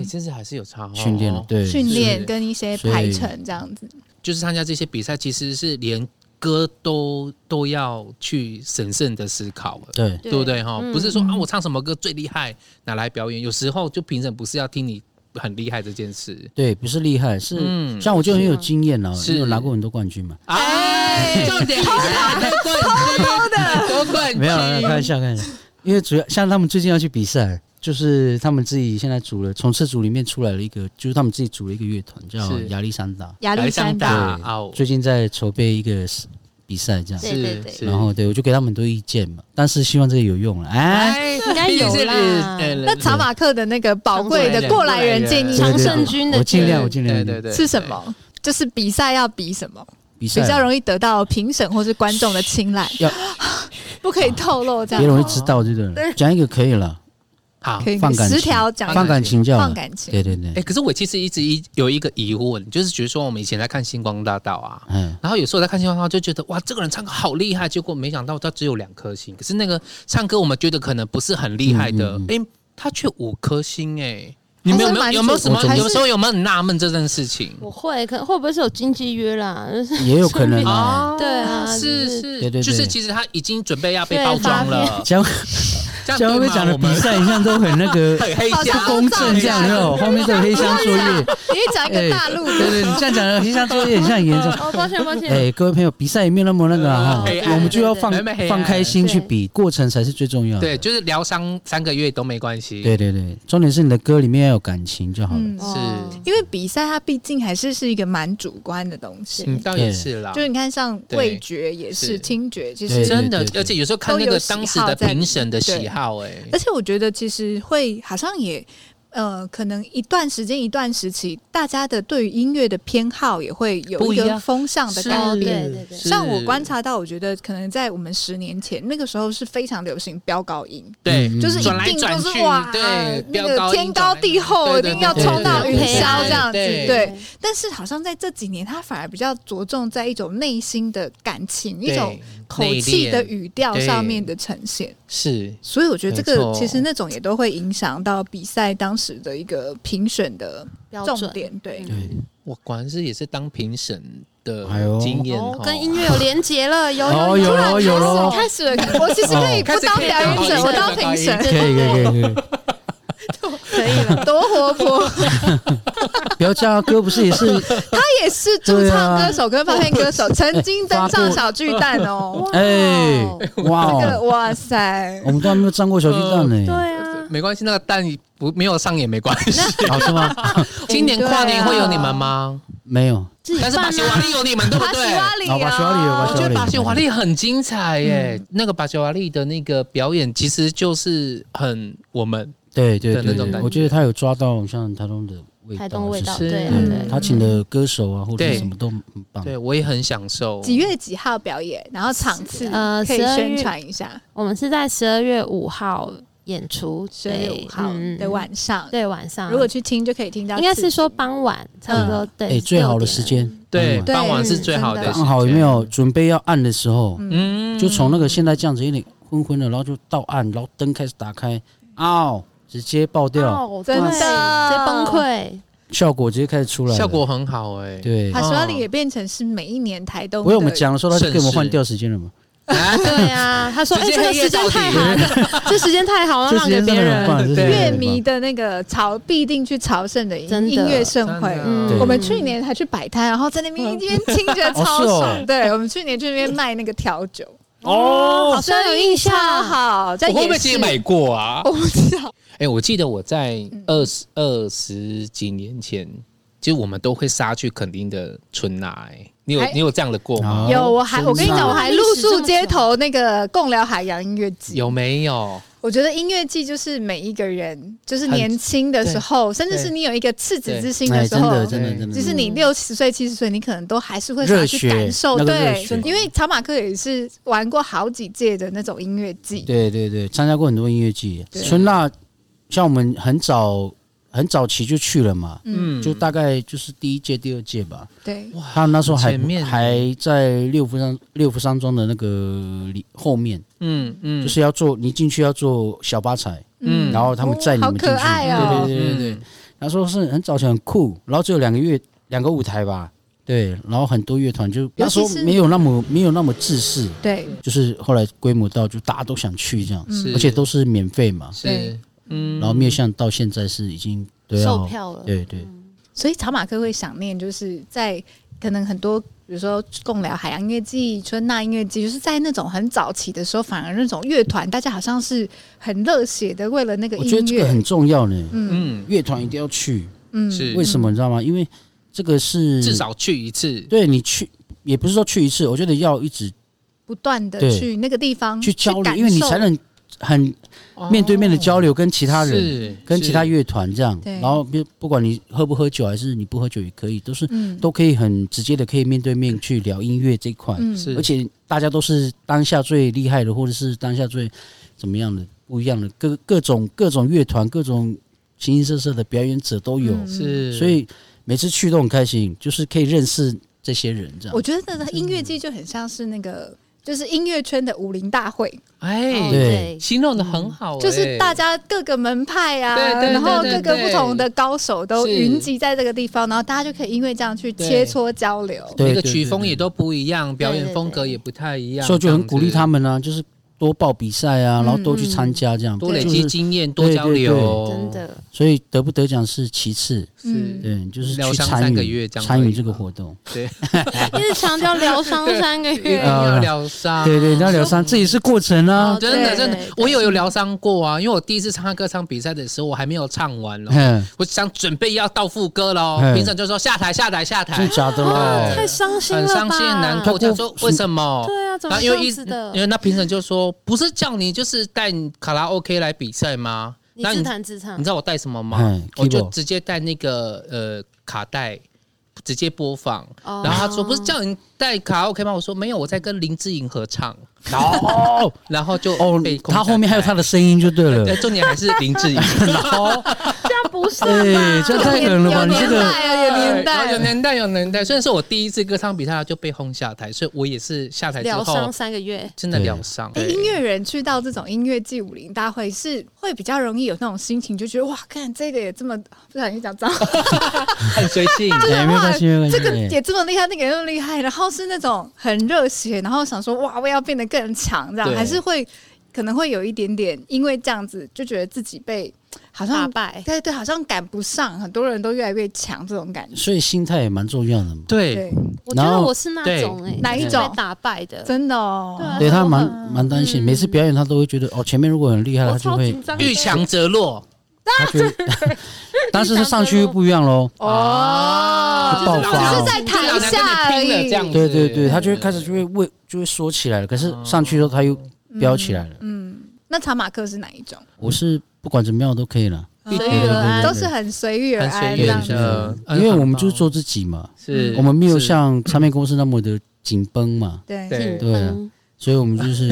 S4: 嗯，
S5: 真是还是有差哦
S2: 训练了，对，
S4: 训练
S5: 是
S4: 跟一些
S2: 所以
S4: 排程这样子，
S5: 就是参加这些比赛，其实是连歌都都要去审慎的思考了。
S2: 对
S5: 对不对哈？
S3: 嗯
S5: 不是说啊，我唱什么歌最厉害，拿来表演。有时候就评审不是要听你很厉害这件事
S2: 对，不是厉害，是
S5: 嗯
S2: 像我就很有经验了，
S5: 是
S2: 因为我拿过很多冠军嘛，
S5: 啊。 重点是拿 得冠军，得冠军
S2: 没有，没有开玩笑，开玩笑，
S5: 哎
S2: 因为主要像他们最近要去比赛。就是他们自己现在组了，从次组里面出来了一个，就是他们自己组了一个乐团，叫
S5: 是
S2: 亚历山大。
S4: 压力山大，
S5: 大哦，
S2: 最近在筹备一个比赛，这样。
S3: 对对对
S5: 是
S2: 然后对我就给他们很多意见嘛，但是希望这个有用了。哎，
S3: 应该有啦
S5: 呃
S4: 那查马克的那个宝贵的过
S5: 过
S4: 来
S5: 来
S4: 人
S5: 人
S4: 建议
S3: 常
S2: 对对
S3: 胜
S2: 对
S3: 军的
S2: 我尽量，
S3: 对
S2: 我尽量。
S5: 对对对，
S4: 是什？么？就是比赛要比什么比
S2: 比赛
S4: 较容易得到评审或是观众的青睐
S2: 要，
S4: 不可以透露这
S2: 别容易
S4: 样。
S5: 啊
S2: 知道，对不对？讲一个可以了，
S5: 好
S4: 可，以
S2: 放感情
S4: 十条讲
S2: 放感情就好
S4: 放
S2: 了。
S4: 感情，
S2: 对对对
S5: 哎，，可是我其实一直一有一个疑问，就是觉得说我们以前在看《星光大道》啊，
S2: 嗯，
S5: 然后有时候我在看星光大道就觉得哇，这个人唱歌好厉害，结果没想到他只有两颗星。可是那个唱歌我们觉得可能不是很厉害的，
S2: 嗯嗯
S5: 诶，他却五颗星哎、你们有没
S4: 还
S5: 有
S4: 是蛮
S5: 有没有什么
S4: 主观？的
S5: 有时候有没有很纳闷这件事情？
S3: 我会，可会不会是有经纪约啦？就是
S2: 也有可能啊。
S5: 哦，
S3: 对啊
S5: 是
S3: 就是
S5: 是，
S2: 对对对
S5: 就是其实他已经准备要被包装了，
S2: 像
S5: 这样
S2: 像
S5: 对
S2: 我们
S5: 吗？
S2: 讲的
S5: 我
S2: 比
S5: 们
S2: 赛一样都很那个
S5: 很黑
S4: 好像
S5: 箱
S2: 不公正，这样 没有？后面都有黑箱作业。
S4: 你讲一个大陆
S2: 对对，
S4: 的，
S2: 你这样讲的黑箱作业很像很严 重。
S3: 哦，抱歉抱歉，
S2: 哎，各位朋友，比赛也没有那么那个啊，
S5: 对
S2: 哈我们就要放
S5: 对对对
S2: 放开心去比，过程才是最重要的。
S5: 对，就是疗伤三个月都没关系。
S2: 对对对，重点是你的歌里面要有感情就好了。
S4: 嗯，
S3: 哦
S4: 因为比赛它毕竟还是是一个蛮主观的东西，
S5: 嗯，倒也是啦
S4: 就。是你看像味觉也是，
S5: 是
S4: 听觉其实
S2: 对对
S5: 真的
S2: 对，对
S5: 而且有时候看那
S4: 都有
S5: 个
S4: 喜好
S5: 当时的
S4: 在里
S5: 评审的
S4: 面
S5: 喜好，哎，
S4: 而且我觉得其实会好像也。呃，可能一段时间、一段时期，大家的对于音乐的偏好也会有
S5: 不
S4: 一
S5: 一
S4: 个
S5: 样
S4: 风向的
S5: 是
S4: 改
S3: 对
S4: 变。
S3: 对对
S5: 是
S4: 像我观察到，我觉得可能在我们十年前那个时候是非常流行飙高音，
S5: 对，
S2: 嗯
S4: 就是
S5: 转
S4: 一
S5: 来
S4: 定
S5: 转
S4: 都
S5: 去
S4: 是哇，，啊
S5: 对，
S4: 那
S5: 飙
S4: 个
S5: 高音
S4: 天高地厚，一
S5: 转来
S4: 定要
S5: 对对
S4: 冲到
S5: 对
S4: 云
S5: 对
S4: 霄
S5: 对
S4: 这样子。
S5: 对
S4: 对，但是好像在这几年，他反而比较着重在一种内心的感情、一
S5: 对
S4: 种口
S5: 内
S4: 气
S5: 敛
S4: 的语调
S5: 对
S4: 上面的呈现。
S5: 是
S4: 所以我觉得这个
S5: 没错
S4: 其实那种也都会影响到比赛当时的一个评选的
S3: 标
S4: 重
S3: 准。嗯
S4: 点。对，
S2: 对，
S5: 我果然是也是当评审的
S2: 哎呦
S5: 经验
S3: 哦
S5: 哦，，
S3: 跟音乐有连结了，有
S2: 哦
S3: 有
S2: 有喽有喽，
S4: 开始了，我其实可
S5: 哦
S4: 以不当表演者，我当评审，
S2: 可以可以可以可以。
S3: 可以 了。
S4: 多活泼！
S2: 不要这样，歌不是也是
S4: 他也是驻唱歌手跟发片歌
S3: 啊
S4: 手，曾经登上小巨蛋哦。
S2: 哎哇
S4: 这个
S2: 哦，
S4: 哇塞
S3: 哦
S2: 我！们都还没有站过小巨蛋
S3: 对
S2: 呢，
S3: 啊，
S5: 没关系，那个蛋不没有上也没关系。
S2: 好是吗？
S5: 今年跨年会有你们吗？
S2: 没有，
S3: 自己
S5: 但是巴
S3: 办
S5: 西瓦
S3: 啊。
S5: 利有你们，对不
S4: 巴西
S5: 对？
S4: 瓦里
S3: 哦
S2: 好巴西瓦里有
S4: 啊，
S2: 巴
S5: 我觉得巴
S2: 巴
S5: 西
S2: 西瓦利
S5: 瓦利很精彩耶，那个巴西瓦利的那个表演其实就是很我们
S2: 对对
S5: 的那
S2: 对
S5: 种
S2: 对，
S5: 感觉
S2: 我觉得他有抓到像台东的味道，
S3: 台东味道，
S2: 就是
S3: 对啊
S4: 嗯
S3: 对啊，
S2: 他请的歌手啊，或者
S5: 对
S2: 是什么都很棒。
S5: 对我也很享受。
S4: 几月几号表演，然后场次
S3: 呃
S4: 可以
S3: 12
S4: 宣
S3: 月
S4: 传一下，
S3: 我们是在十二月五号演出，
S4: 十月五号的，
S3: 嗯
S4: 晚上。
S3: 对晚上。
S4: 如果去听就可以听到刺
S3: 应
S4: 激，
S3: 该是说傍晚，差不多对。
S2: 哎，最好的
S3: 6点
S2: 时间，
S5: 对，
S2: 傍晚
S4: 对
S5: 傍晚是最好的
S4: 真
S5: 时
S4: 的
S5: 间，
S2: 嗯刚好有没有准备要暗的时候，
S5: 嗯
S2: 就从那个现在这样子有点昏昏的，然后就到暗，然后灯开始打开，哦，直接爆掉，
S3: 哦
S4: 真的
S3: 对直接崩溃。
S2: 效果直接开始出来了，
S5: 效果很好哎、
S2: 对。
S3: 哦
S4: 塔斯拉里也变成是每一年台东
S2: 不
S4: 的，
S2: 是我们讲的时候，他就给我们
S5: 盛世
S2: 换掉时间了嘛？
S5: 啊
S3: 对啊，他说：“
S5: 直
S3: 哎，
S5: 接
S3: 这个
S5: 黑夜
S3: 时间
S5: 到
S3: 太
S5: 底
S3: 好了， 这时间太好了，
S2: 这
S3: 让
S2: 时
S3: 给
S2: 间
S3: 别
S2: 真的
S3: 人
S2: 很。棒，这时间真的
S4: 乐
S2: 很棒
S4: 迷的那个朝必定去朝圣的音
S3: 真的
S4: 音乐盛会。
S5: 真的
S3: 嗯
S2: 对
S4: 我们去年还去摆摊，然后在那边一边听着
S2: 哦
S4: 超
S2: 是哦
S4: 爽。对，我们去年去那边卖那个调酒，
S3: 哦，好像有印象
S4: 超好，在
S5: 我会不
S4: 夜
S5: 会自己
S4: 市。
S5: 买过啊？
S4: 我不知道，
S5: 哎、我记得我在二十二十几年前，其实我们都会杀去垦丁的春娜、哎，你有
S4: 哎
S5: 你有这样的过吗？
S2: 好
S4: 有我还我跟你讲，
S3: 哇
S4: 我还露宿街头那个共聊海洋音乐季。
S5: 有没有？
S4: 我觉得音乐季就是每一个人，就是
S5: 很
S4: 年轻的时候，甚至是你有一个赤子之心的
S2: 哎，
S4: 时
S2: 真
S4: 候
S2: 的，真的真的，
S4: 即使你
S3: 嗯
S4: 六十岁、七十岁，你可能都还是会想要去
S2: 热血
S4: 感受，
S2: 那个热
S4: 对
S2: 血，
S4: 因为查马克也是玩过好几届的那种音乐季，
S2: 对对对，参加过很多音乐季。
S4: 对
S2: 春娜，像我们很早很早期就去了嘛，
S5: 嗯，
S2: 就大概就是第一届、第二届吧。
S4: 对，
S2: 他们那时候还
S5: 前面
S2: 还在六福山六福山庄的那个里后面，
S5: 嗯嗯，
S2: 就是要做你进去要做小巴彩，
S5: 嗯
S2: 然后他们载你
S4: 哦好
S2: 们进
S4: 可
S2: 去。
S4: 爱哦，
S2: 对对对对
S5: 嗯
S2: 对，那时候是很早期很酷，然后只有两个月两个舞台吧。对，然后很多乐团就那时候
S4: 是
S2: 没有那么没有那么自私，
S4: 对
S2: 就是后来规模到就大家都想去这样，
S5: 是
S2: 而且都是免费嘛，
S5: 是嗯
S2: 然后没有像到现在是已经都要
S3: 售票了，
S2: 对对
S4: 嗯所以查马克会想念，就是在可能很多，比如说共聊海洋音乐季、春娜音乐季，就是在那种很早期的时候，反而那种乐团大家好像是很热血的，为了那个
S2: 我觉得
S4: 音
S2: 这个
S4: 乐，
S2: 很重要呢，
S4: 嗯
S5: 嗯，
S2: 乐团一定要去，
S4: 嗯，
S5: 是
S2: 为什么你知道吗？因为这个是
S5: 嗯至少去一次，
S2: 对你去，也不是说去一次，我觉得要一直
S4: 不断的
S2: 对
S4: 去那个地方
S2: 去交流，
S4: 感
S2: 因为你
S4: 受
S2: 才能很面对面的交流跟其他人、
S5: 是
S2: 跟其他
S5: 是
S2: 乐团这样，
S4: 对
S2: 然后不不管你喝不喝酒还是你不喝酒也可以，都是
S4: 嗯
S2: 都可以很直接的可以面对面去聊音乐这一块，
S4: 嗯
S5: 是，
S2: 而且大家都是当下最厉害的，或者是当下最怎么样的不一样的，各各种各种乐团、各种形形色色的表演者都有，
S4: 嗯
S5: 是，
S2: 所以每次去都很开心，就是可以认识这些人这样
S4: 我。觉得那个音乐季就很像是那个，就是音乐圈的武林大会，
S3: 哦
S5: 哎，
S2: 对
S5: 形容的很好哎，
S4: 就是大家各个门派啊，
S5: 对对对
S4: 然后
S5: 对
S4: 各
S5: 对
S4: 个不同的高手都
S5: 是
S4: 云集在这个地方，然后大家就可以因为这样去切磋交流。
S2: 对
S5: 每个
S2: 对
S5: 曲
S2: 对
S5: 风
S2: 对
S5: 也都不一样，表演风格
S3: 对
S5: 也不太一样，
S2: 所以我就很鼓励他
S5: 们
S2: 们啊，就是多报比赛啊，
S4: 嗯
S2: 然后多去参加这样，
S5: 多累
S2: 就
S5: 积
S2: 是
S5: 经验，多交
S2: 对
S5: 流，
S3: 真的
S2: 所以得不得奖是其次，
S4: 嗯
S2: 对，就是
S5: 疗
S2: 去
S5: 伤
S2: 参
S5: 三
S2: 与
S5: 个月这样
S2: 参
S5: 而
S2: 与
S5: 已
S2: 这个
S5: 嘛
S2: 活动。
S5: 对，
S3: 一直强调疗伤三个
S5: 一定
S3: 月，
S5: 要疗伤，
S2: 呃对对，那疗伤这也是过程啊
S3: 哦。
S5: 真的
S4: 对
S5: 真的
S3: 对，
S5: 我也有疗伤过啊，因为我第一次参加歌唱比赛的时候，我还没有唱完哦，
S2: 嗯，
S5: 我想准备要到副歌了哦，
S2: 嗯
S5: 评审就说下台下台下
S2: 真
S5: 台
S2: 的，假的啦
S3: 哦？太伤心了
S5: 很伤
S3: 吧，
S5: 心很难过，我想说为什么？
S3: 对啊，怎
S5: 然
S3: 么
S5: 后因
S3: 这
S5: 为一
S3: 样子的
S5: 因？为那评审就说不是叫你就是带你卡拉 OK 来比赛吗？
S3: 你
S5: 那
S3: 自弹自唱
S5: 你知，道我带什么吗
S2: 嗯？
S5: 我就
S2: keyboard
S5: 直接带那个呃卡带，直接播放。
S3: 然
S5: 然后他说：“不是叫你带卡拉 OK 吗？”我说：“没有，我在跟林志颖合唱。
S2: 哦”
S5: 然后就
S2: 哦
S5: 被，
S2: 他后面还有他的声音就对
S5: 对，
S2: 了。
S5: 重点还是林志颖。
S2: 哦，
S3: 那不是
S2: 哎，这样太狠了
S4: 有
S2: 吧？你这
S4: 年
S2: 个
S4: 代啊，有年
S5: 有
S4: 代。
S5: 年代，有年代。虽然说我第一次歌唱比赛就被轰下台，所以我也是下台之
S3: 疗
S5: 后
S3: 伤三个月，
S5: 真的疗伤。
S4: 哎音乐人去到这种音乐季武林大会，是会比较容易有那种心情，就觉得哇，看这个也这么不小心讲脏，
S5: 很随性，
S2: 哎，没有关系，没有关系。
S4: 这个
S2: 哎
S4: 也这么厉害，那个也那么厉害，然后是那种很热血，然后想说哇，我要变得更强，这样
S5: 对
S4: 还是会可能会有一点点，因为这样子就觉得自己被好
S3: 打
S4: 像
S3: 败。
S4: 对对，好像赶不上，很多人都越来越强这种感觉。
S2: 所以心态也蛮重要的嘛。
S5: 对
S4: 对，
S3: 我觉得
S2: 然后
S3: 我是那种哎，
S4: 哪一
S3: 就是
S4: 种
S3: 被打败的？
S4: 真的哦，
S3: 对啊
S2: 对他
S3: 我
S2: 蛮
S3: 很
S2: 蛮担心，
S3: 嗯
S2: 每次表演他都会觉得哦，前面如果很厉害，
S3: 我
S2: 他就
S3: 超
S2: 会
S3: 紧张的，
S5: 遇强则弱。
S2: 他觉得， 但是他上去又不一样喽。
S4: 哦，
S5: 啊
S2: 就爆发
S4: 只是在台下而已，
S5: 这样子，
S2: 对对对，他就会开始就会畏，就会缩起来了。可是上去之后他又飙起来了。
S4: 嗯，那查马克是哪一种？
S2: 我是不管怎么样都可以了，
S3: 随
S2: 对
S3: 遇
S2: 对
S3: 而安，
S4: 都是很随遇而
S5: 嗯很
S4: 安
S5: 随
S4: 这
S5: 遇
S4: 样子。
S5: 的，
S2: 因为我们就是做自己嘛，
S5: 是，
S2: 我们没有像唱片公司那么的紧绷嘛，
S4: 对，
S5: 对
S2: 对啊
S3: 嗯
S2: 所以我们就是，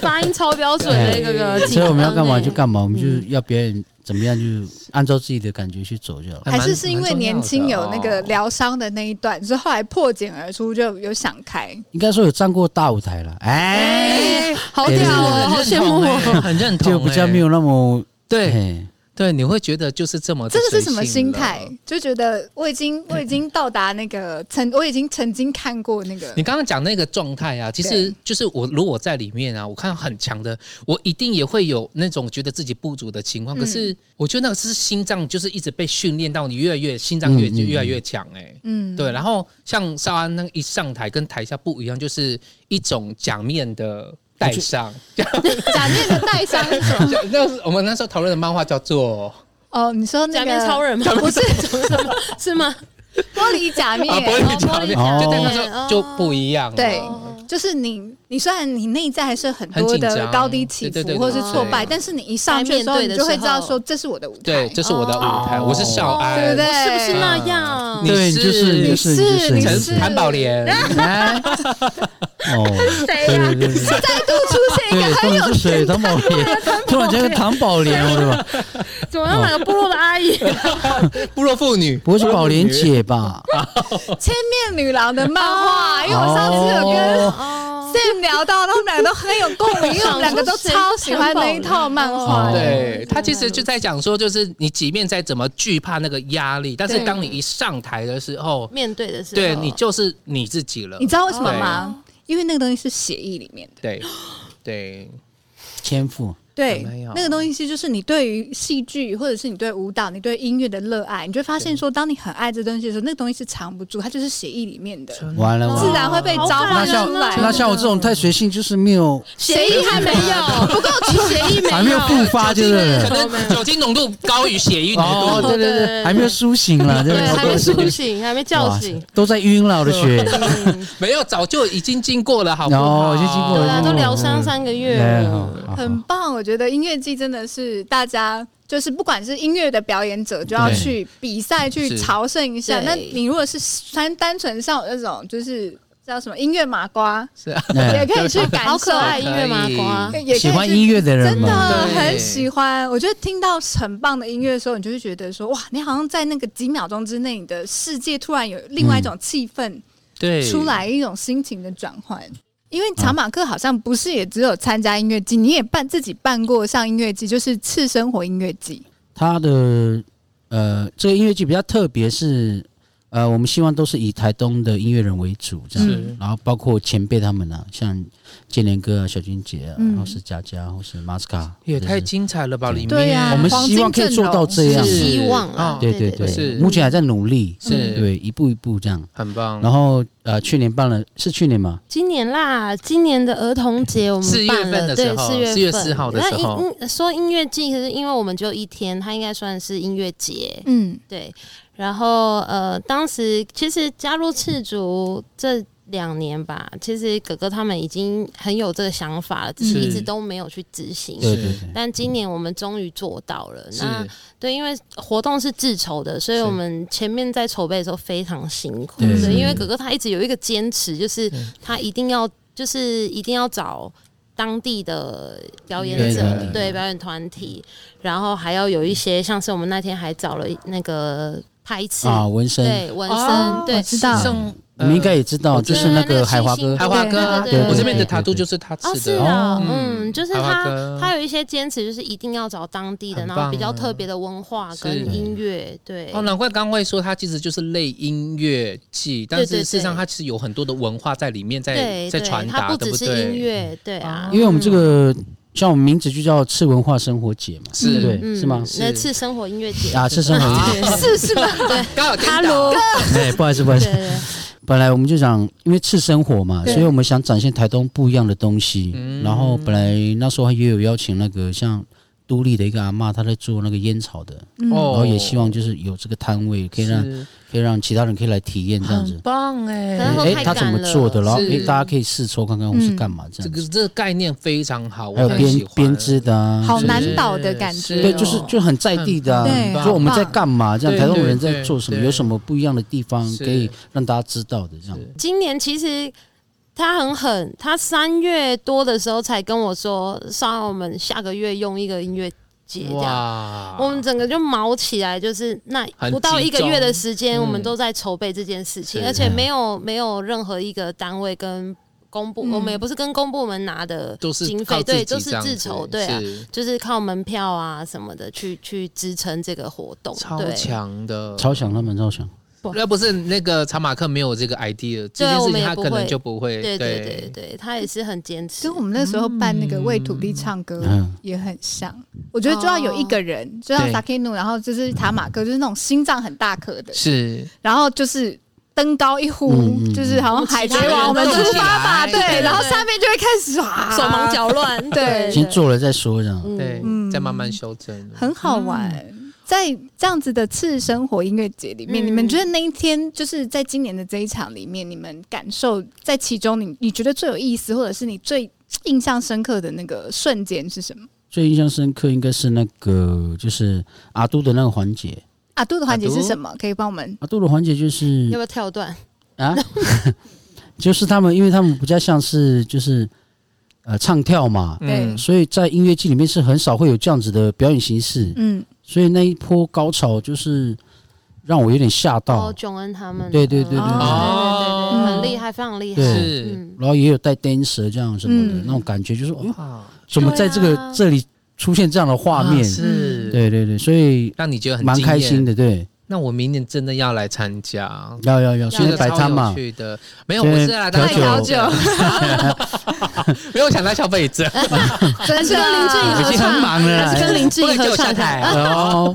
S3: 发音超标准的那个，
S2: 所以我们要干嘛就干嘛，我们就是
S3: 嗯
S2: 要表演怎么样就按照自己的感觉去走就好了。
S4: 还是是因为年轻有那
S5: 哦
S4: 个疗伤的那一段，所以后来破茧而出，就有想开。
S2: 应该说有站过大舞台了，哎，
S4: 哎，
S3: 好屌哦，
S5: 很
S3: 好
S5: 认
S3: 羡
S5: 同
S3: 慕
S5: 欸
S3: 哦。
S5: 很认同欸，哎
S2: 就比较没有那么
S5: 对
S2: 嘿
S5: 对，你会觉得就是这么
S4: 这个是
S5: 随
S4: 什么
S5: 性
S4: 心
S5: 了
S4: 态？就觉得我已 经我已经到达那个曾我已经曾经看过那个
S5: 你刚刚讲那个状态啊，其实
S4: 对
S5: 就是我如果在里面啊，我看到很强的，我一定也会有那种觉得自己不足的情
S4: 嗯
S5: 况。可是我觉得那个是心脏，就是一直被训练到你越来越心脏越
S2: 嗯嗯嗯
S5: 越来越强哎、
S4: 嗯
S5: 对，然后像少安那个一上台跟台下不一样，就是一种假面的戴上。
S4: 假面的带 伤是什么
S5: 那是我们那时候讨论的漫画叫做
S4: 哦，你说那
S3: 假
S4: 个
S3: 面超人吗？不是，是吗？
S4: 玻璃假面
S5: 啊，玻璃假面，
S2: 哦
S5: 就代表说就不一样了。
S4: 对就是你，你虽然你内在还是很
S5: 很
S4: 多
S5: 紧
S4: 的
S5: 张
S4: 高低起
S5: 对对
S4: 伏
S5: 对
S4: 或是
S3: 对
S4: 挫
S3: 对
S4: 败，但是你一上去的时候，
S3: 该
S4: 你
S3: 面对的
S4: 就会
S3: 时
S4: 知道
S3: 候
S4: 说这是我的舞台，
S5: 对，这是我的舞台，
S3: 哦
S5: 我是少
S4: 对
S5: 安，
S4: 不对？
S3: 是不是那样？
S5: 你
S2: 对，
S5: 是
S2: 就是
S4: 你
S2: 就
S4: 是
S2: 是就是
S4: 你
S2: 就是
S5: 陈谭宝莲。
S2: 哎哦，
S4: 谁
S2: 对
S4: 呀
S2: 对？对对对。
S4: 再度出现一
S2: 对，
S4: 个
S2: 到
S4: 很
S2: 底
S4: 有
S2: 是谁？唐宝莲，突然间是唐宝莲，对吧？
S3: 怎么有哪个部落的阿姨？
S5: 部落妇女，
S2: 不会是宝莲姐吧？
S4: 千面女郎的漫画，因为我上次有跟
S2: 哦，
S3: 哦，
S4: Sam 聊到，他们两个都很有共鸣，因为我们两个都超喜欢那一套漫画的。
S2: 哦
S5: 对他其实就在讲说，就是你即便再怎么惧怕那个压力，但是
S3: 对
S5: 当你一上台的时候，
S3: 面对的时候，
S5: 对你就是你自己了
S4: 你。知道为什么吗？因为那个东西是协议里面的。
S5: 对，对，
S2: 天赋，
S4: 对
S5: 没有，
S4: 那个东西是就是你对于戏剧，或者是你对舞蹈、你对音乐的热爱，你就会发现说，当你很爱这东西的时候，那个东西是藏不住，它就是协议里面的，
S2: 完了完
S4: 自
S2: 了。
S4: 然会被召
S3: 好
S4: 唤
S3: 感
S4: 出
S3: 人哦
S4: 来。
S2: 那像我这种太随性，就是没有
S3: 协议还没有，不够期协议没有，
S2: 还没有不发就是了
S5: 可能酒精浓度高于血液浓
S2: 哦，
S5: 度。
S2: 对对
S3: 对
S2: 对，还没有苏醒了，
S3: 对
S2: 对，
S3: 还没苏醒，还没叫
S2: 哇
S3: 醒。
S2: 都在晕了我的 血。
S5: 没有，早就已经经过了，好不好？
S2: 哦已经经过
S3: 对
S2: 了
S3: 啊，都疗伤三个月
S2: 哎好
S3: 了。
S2: 好
S4: 很棒，我觉得音乐季真的是大家。就是不管是音乐的表演者，就要去比赛去
S5: 是
S4: 朝圣一下。
S3: 对
S4: 那你如果是单单纯像我这种，就是叫什么音乐麻瓜，
S5: 是啊，
S4: 也
S2: 哎
S4: 可以去感受。
S3: 好可爱，音乐麻 瓜。
S4: 也可以去
S2: 喜欢音乐的人
S4: 真的
S2: 嘛，
S5: 对
S4: 很喜欢。我觉得听到很棒的音乐的时候，你就会觉得说，哇，你好像在那个几秒钟之内，你的世界突然有另外一种气
S2: 嗯
S4: 氛
S5: 对，
S4: 出来，一种心情的转换。因为长马克好像不是也只有参加音乐季，你也办自己办过像音乐季，就是次生活音乐季。
S2: 他的呃，这个音乐剧比较特别是，呃，我们希望都是以台东的音乐人为主
S4: 嗯
S2: 这样，
S5: 是
S2: 然后包括前辈他们啊，像建联哥啊、小军姐啊，
S4: 嗯
S2: 然后是佳佳或是马斯卡，
S5: 也太
S2: 就是
S5: 精彩了吧！里面
S4: 对
S3: 啊
S4: 呀、
S2: 嗯我们希望可以做到这样
S5: 黄金阵容
S3: 希望啊
S5: 是
S2: 对对对，
S5: 是
S2: 目前还在努力，
S5: 是
S2: 对，一步一步这样。
S5: 很棒。
S2: 然后呃，去年办了，是去年吗？
S3: 今年啦，今年的儿童节我
S5: 4
S3: 们
S5: 月
S3: 办
S5: 份
S3: 了，
S5: 的时
S3: 对，
S5: 候
S3: 四月
S5: 4月
S3: 份
S5: 4号的时候
S3: 那音音说音乐季，可是因为我们只有一天，它应该算是音乐节，
S4: 嗯，
S3: 对。然后呃，当时其实加入赤足这两年吧，其实哥哥他们已经很有这个想法了，只是
S4: 是
S3: 一直都没有去执行。
S2: 对
S5: 是
S2: 对对，
S3: 但今年我们终于做到了。
S5: 是
S3: 那对，因为活动是自筹的，所以
S5: 是
S3: 我们前面在筹备的时候非常辛苦。
S2: 对
S3: 对，
S2: 是
S4: 嗯
S3: 因为哥哥他一直有一个坚持，就是他一定要，就是一定要找当地的表演者
S2: 表演团，体
S3: 对表演团体，然后还要有一些，像是我们那天还找了那个拍刺，
S2: 啊，纹身，嗯
S3: 对啊纹身
S5: 哦，
S3: 对
S4: 我。知道。
S5: 送
S2: 你们应该也知
S5: 我
S2: 道，
S5: 知
S2: 就
S5: 道
S2: 是那个海华
S3: 那
S2: 哥
S3: 个星星
S5: 海华哥啊，
S3: 对对对对
S5: 我这边的塔兔
S2: 对对对
S5: 就是他
S3: 哦，
S5: 吃
S3: 是
S5: 的。
S3: 啊
S2: 哦，
S3: 嗯，就是
S5: 好吧
S3: 他
S5: 哥，
S3: 他有一些坚持，就是一定要找当地的，
S5: 很
S3: 然
S5: 棒
S3: 后比较特别的文化
S5: 是
S3: 跟音乐，对，
S5: 哦，难怪刚会说它其实就是类音乐季，但
S3: 对对
S5: 是事实上它其实有很多的文化在里面在
S3: 对，
S5: 在
S3: 对
S5: 传
S3: 它
S5: 达，
S3: 不
S5: 对
S3: 只
S5: 不
S3: 是
S5: 对？
S3: 音乐，对啊，
S2: 因为我们这个像我们名字就叫次文化生活节嘛，
S5: 是
S2: 对不
S3: 嗯
S2: 对，是吗？
S3: 那次生活音乐节
S2: 啊，次生活节，
S4: 是是吧？
S5: 刚好颠倒
S3: Hello，
S2: 哎，不好意思，不好意
S3: 对
S2: 思
S3: 对，对
S2: 本来我们就想，因为次生活嘛，
S4: 对
S2: 所以我们想展现台东不一样的东西。
S5: 嗯
S2: 然后本来那时候也有邀请那个像都立的一个阿嬷，她在做那个烟草的，
S4: 嗯
S2: 然后也希望就是有这个摊位，可以让
S5: 哦是
S2: 可以让其他人可以来体验这样
S5: 很
S2: 子。
S5: 棒
S3: 可能
S5: 哎
S3: 很，
S2: 诶
S3: 太
S2: 他怎么
S3: 赶了
S2: 做的？然后
S5: 是
S2: 诶，大家可以试抽看看，我是
S4: 嗯
S2: 干嘛这
S5: 这
S2: 样
S5: 个
S2: 子？
S5: 这个概念非常好，
S2: 还有
S5: 我很喜
S2: 编
S5: 欢
S2: 编织的啊，
S4: 好
S2: 是不是
S4: 难倒的感觉哦
S2: 对，就是就很在地的
S4: 很对
S2: 啊，
S4: 棒
S2: 说我们在干嘛，这样
S5: 对
S2: 台东人
S5: 对
S2: 在做什么，
S5: 对
S2: 有什么不一样的地方
S5: 是
S2: 可以让大家知道的这样。
S3: 今年其实他很狠，他三月多的时候才跟我说，上我们下个月用一个音乐节这样。
S5: 哇
S3: 我们整个就毛起来，就是那
S5: 很
S3: 不到
S5: 集
S3: 一个月的
S5: 中
S3: 时间，我们
S5: 嗯
S2: 嗯
S3: 都在筹备这件事情，
S5: 是
S3: 而且没有没有任何一个单位跟公部，
S4: 嗯
S3: 我们也不是跟公部门拿的
S5: 都是
S3: 经
S5: 靠
S3: 费，对，
S5: 自
S3: 都
S5: 己
S3: 是
S5: 这样子
S3: 自筹，对啊，
S5: 是
S3: 就是靠门票啊什么的去去支撑这个活动，
S5: 超
S3: 对。
S5: 强的，
S2: 超强，他们超强。
S5: 要不是那个查马克没有这个 idea，这件
S3: 啊我
S5: 事情
S3: 们也
S5: 他
S3: 不
S5: 可能
S3: 会
S5: 就不会。
S3: 对对对对，他也是很坚持
S4: 跟。我们那时候办那个为土地唱歌
S2: 嗯
S4: 也很像，我觉得就要有一
S3: 哦
S4: 个人，就像
S5: 对
S4: Sakino，然后
S2: 嗯
S4: 就是塔马哥，就是那种心脏很大颗的，
S5: 是
S4: 然后就是登高一呼，
S2: 嗯嗯嗯
S4: 就是好像海贼王，我们出发吧，
S5: 动起来
S4: 对，然后下面就会开始啊，
S3: 手忙，脚乱，
S4: 对
S2: 先做了再说，这样。
S5: 对，
S4: 嗯
S5: 再慢慢修正。
S4: 很好玩。在这样子的次生活音乐节里面，
S3: 嗯
S4: 你们觉得那一天就是在今年的这一场里面，你们感受在其中你，你觉得最有意思，或者是你最印象深刻的那个瞬间是什么？
S2: 最印象深刻应该是那个，就是阿杜的那个环节。
S4: 阿杜的环节
S5: 阿杜
S4: 是什么？可以帮我们
S2: 阿杜的环节就是
S3: 要不要跳段？
S2: 啊， 就是他们，因为他们比较像是就是呃唱跳
S5: 嗯
S2: 嘛，
S4: 对
S2: 所以在音乐季里面是很少会有这样子的表演形式，
S4: 嗯
S2: 所以那一波高潮就是让我有点吓到
S3: 哦，，琼恩他们，
S2: 对对对对对
S3: 嗯对对对对，
S4: 哦
S3: 很厉害，非常厉害，
S2: 对
S5: 是
S3: 嗯
S2: 然后也有带 dancer 这样什么的、
S4: 嗯
S2: 那种感觉，就是哦，
S5: 哇，
S2: 怎么在这个、
S3: 对啊
S2: 这里出现这样的画面嗯
S5: 啊？是，，
S2: 对对对，所以
S5: 让你觉得很
S2: 蛮开心
S5: 的。
S2: 的，对，
S5: 那我明年真的要来参加。
S2: 要要要，现在摆摊嘛，
S5: 去的没有，我是来
S2: 调
S5: 当
S2: 酒调酒，嗯
S5: 没有想当消费者，
S4: 真
S3: 是跟林志颖
S2: 已经很忙了
S3: 嗯
S2: 啦
S3: 还是跟林志
S5: 不
S3: 颖
S5: 能
S3: 合
S5: 就下
S3: 唱的。嗯
S5: 台。
S2: 哦，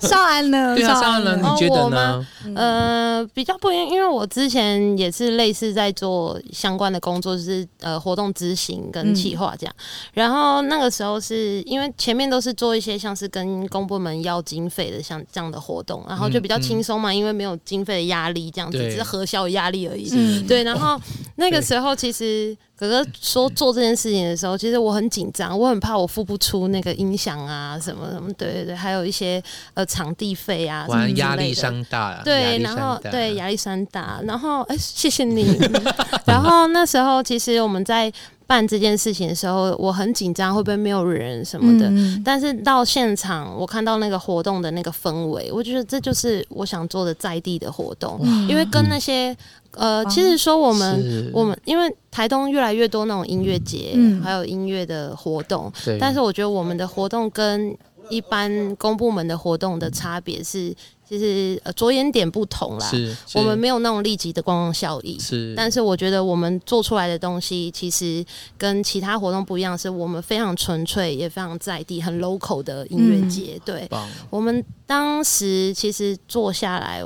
S4: 少安
S2: 嗯
S4: 呢？
S5: 对啊，上了，
S4: 呢？
S5: 你觉
S3: 哦
S5: 得
S3: 我
S5: 呢
S3: 吗？呃，比较不一样，因为我之前也是类似在做相关的工作，就是呃活动执行跟企划这样。然后那个时候是因为前面都是做一些像是跟公部门要经费的像这样的活动，然后就比较轻松嘛，因为没有经费的压力，这样子
S5: 对
S3: 只是核销压力而已。
S4: 嗯，
S3: 对，然后那个
S5: 对
S3: 时候其实哥哥说做这件事情的时候，其实我很紧张，我很怕我付不出那个音响啊什么什么，对对对，还有一些呃场地费啊，什么
S5: 玩
S3: 之
S5: 压
S3: 类
S5: 力
S3: 的
S5: 山大，啊压
S3: 对，
S5: 力
S3: 然
S5: 山
S3: 后
S5: 大
S3: 对亚历山大，然后哎、谢 谢你。 然后那时候其实我们在办这件事情的时候，我很紧张，会不会没有人什么的。
S4: 嗯
S3: 但是到现场，我看到那个活动的那个氛围，我觉得这就是我想做的在地的活动，
S4: 嗯
S3: 因为跟那些呃，其实说我们
S5: 是
S3: 我们因为台东越来越多那种音乐节，
S4: 嗯
S3: 还有音乐的活动，
S5: 对，
S3: 但是我觉得我们的活动跟一般公部门的活动的差别是，其实呃着眼点不同啦。
S5: 是是
S3: 我们没有那种立即的观光效益，
S5: 是，
S3: 但是我觉得我们做出来的东西其实跟其他活动不一样，是我们非常纯粹也非常在地、很 local 的音乐节。对
S5: 棒，
S3: 我们当时其实做下来，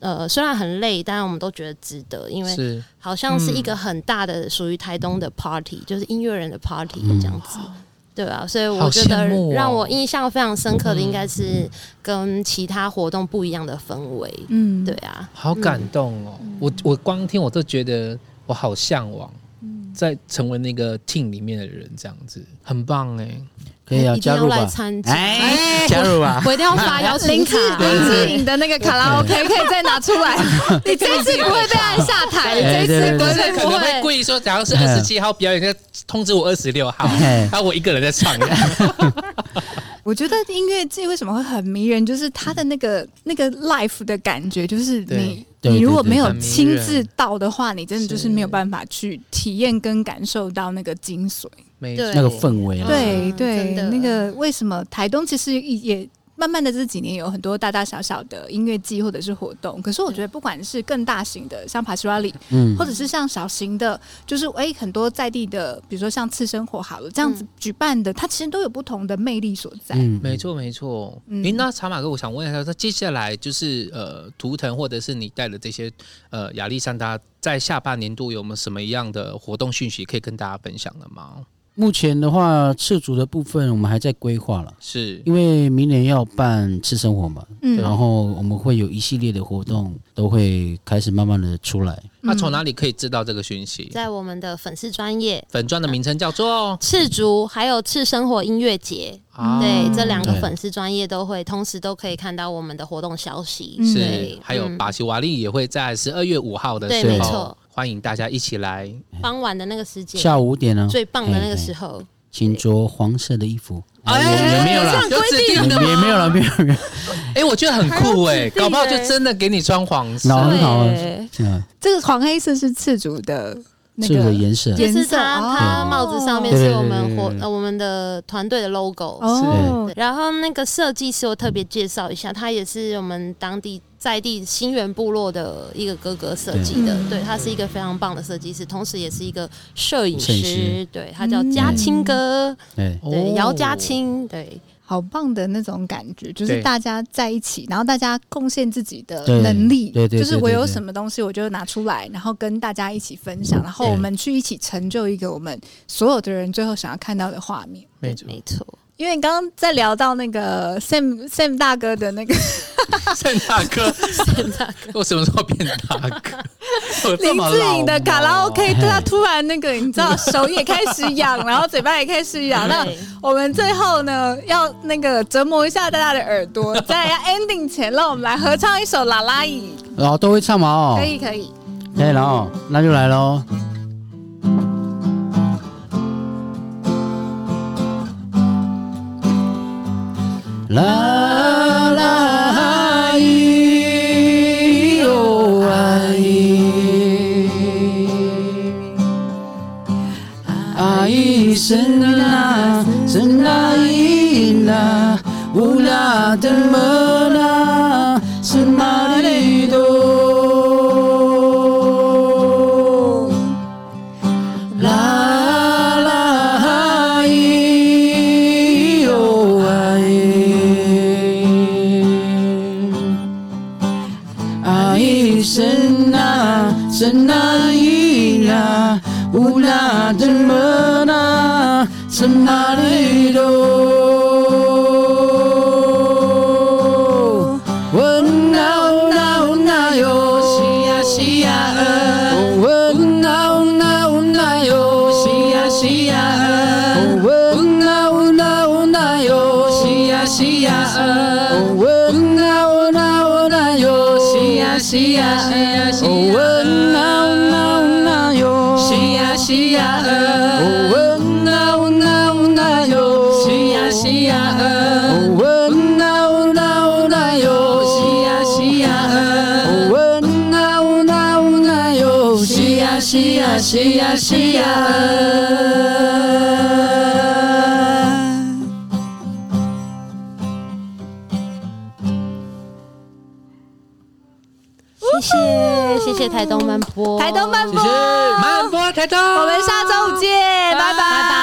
S3: 呃，虽然很累，但是我们都觉得值得，因为
S5: 是
S3: 好像是一
S5: 嗯
S3: 个很大的属于台东的 party，、就是音乐人的 party 这样子。对啊，所以我觉
S5: 嗯好
S3: 得
S5: 羡慕哦
S3: 让我印象非常深刻的，应该是跟其他活动不一样的氛围。
S4: 嗯
S3: 对，啊，
S5: 好感动哦！我我光听我都觉得我好向往，在成为那个 team 里面的人，这样子很棒哎！
S2: 可以啊，
S3: 一定
S2: 加
S3: 要
S2: 入
S3: 来
S2: 吧，
S3: 参加，
S2: 哎，加入吧。
S3: 我一定要发邀 请
S4: 林志
S3: 卡。
S4: 林志颖的那个卡拉 OK 可以再拿出来， 你这一次不会被按下台，你这一次不
S5: 可
S4: 会
S5: 是
S4: 被
S5: 可
S4: 不
S5: 能
S4: 会
S5: 会故意说，假如是二十七号表演，再通知我二十六 号，
S2: 哎
S5: 然后我一个人在唱。
S4: 我觉得音乐季为什么会很迷人，就是它的那个那个 life 的感觉，就是你
S5: 对
S2: 对
S4: 你如果
S2: 对对
S4: 没有
S5: 很迷
S4: 亲
S5: 人
S4: 自到的话，你真的就是没有
S5: 是
S4: 办法去体验跟感受到那个精髓。
S5: 没
S3: 对
S2: 那个氛围啊，
S4: 对
S3: 嗯
S4: 对
S3: 真，的
S4: 那个为什么台东其实也慢慢的这几年有很多大大小小的音乐季或者是活动，可是我觉得不管是更大型的像帕西拉里，
S2: 嗯
S4: 或者是像小型的，就是哎、很多在地的，比如说像次生活好了这样子举办的，它其实都有不同的魅力所在。
S2: 嗯
S5: 没错，没错。
S4: 嗯
S5: 诶、那查马哥，我想问一下，那接下来就是呃，图腾或者是你带的这些呃亚历山大，在下半年度有没有什么样的活动讯息可以跟大家分享的吗？
S2: 目前的话，赤足的部分我们还在规划了，
S5: 是
S2: 因为明年要办吃生活嘛，
S4: 嗯
S2: 然后我们会有一系列的活动都会开始慢慢的出来。
S5: 那从哪里可以知道这个讯息？
S3: 在我们的粉丝专业
S5: 粉钻的名称叫做
S3: 赤足，还有赤生活音乐节，
S5: 啊
S3: 对这两个
S2: 对
S3: 粉丝专业都会，同时都可以看到我们的活动消息。
S4: 嗯
S5: 是
S3: 对，
S5: 还有
S3: 嗯
S5: 巴西瓦利也会在十二月五号的
S3: 对
S5: 时
S2: 没
S5: 候
S3: 错，
S5: 欢迎大家一起来。
S3: 傍晚的那个时间，
S2: 下午五点呢，
S3: 最棒的那个时候，
S2: 请着黄色的衣服。
S5: 哎，也没有啦，有指定的
S2: 也没有
S5: 吗？
S2: 了，没有了没有了，
S5: 哎，我觉得很酷哎，
S3: 定
S5: 搞不好就
S3: 欸
S5: 真的给你穿黄色
S2: 然。后很好啊
S3: 对，
S2: 嗯，
S4: 这个黄黑色是赤足的那
S2: 是我的
S4: 个
S2: 颜色，
S3: 就是它
S4: 颜色
S3: 它
S4: 哦
S3: 帽子上面
S2: 嗯对对
S3: 是
S2: 对
S3: 我们
S2: 对
S3: 活
S2: 对对
S3: 呃我们的团队的 logo，
S4: 哦，
S3: 然后那个设计师，我特别介绍一下，他也是我们当地在地新源部落的一个哥哥设计的，
S4: 嗯
S3: 对他是一个非常棒的设计师，同时也是一个摄影
S2: 摄
S3: 师，
S2: 影师嗯
S3: 对他叫嘉青哥，
S2: 对，
S3: 对
S5: 哦
S3: 姚嘉青，对
S4: 好棒的那种感觉，就是
S5: 对
S4: 大家在一起，然后大家贡献自己的
S2: 对
S4: 能力，
S2: 对对对
S4: 就是
S2: 对
S4: 我
S2: 对
S4: 有
S2: 对
S4: 什么东西，我就拿出来，然后跟大家一起分享，然后
S2: 对
S4: 我们去一起成就一个我们所有的人最后想要看到的画面。
S5: 没错，
S3: 没错，
S4: 因为你刚刚在聊到那个 Sam Sam 大哥的那个
S5: 盛大哥，我什么时候变大哥？我这
S4: 林
S5: 么
S4: 志
S5: 老
S4: 颖的
S5: 吗
S4: 卡拉 OK，对他突然那个你知道手也开始痒，然后嘴巴也开始痒，那
S3: 对
S4: 我们最后呢，要那个折磨一下大家的耳朵，在要 ending 前，让我们来合唱一首《啦啦椅
S2: 然后都会唱嘛》，哦
S4: 可，以可以。
S2: 可以了哦，那就来喽。啦啦咿哟啊咿，啊咿声啦声啊啦咿啦，乌啦的么啦，是玛丽多。啦啦咿哟啊咿，啊咿声呐声呐咿啦，乌啦的么啦，什么里哆。问啊问啊问啊哟，是呀是呀呃。问啊问啊问啊哟，是呀是呀呃。问啊问啊问啊哟，是呀是呀呃。问啊问啊问啊哟，是呀是呀呃。问啊问啊问啊哟，是呀是呀呃。问啊问啊问啊哟，是呀是呀呃。问啊问啊问啊哟，是呀是啊呀呃。问啊问啊问啊哟，是呀是呀是呀是啊呀呃。
S3: 谢谢谢谢台东漫播，
S4: 台东漫
S2: 谢
S4: 播，
S2: 谢，慢播台东，
S4: 我
S2: 我
S4: 们下周见，拜拜
S3: 拜拜。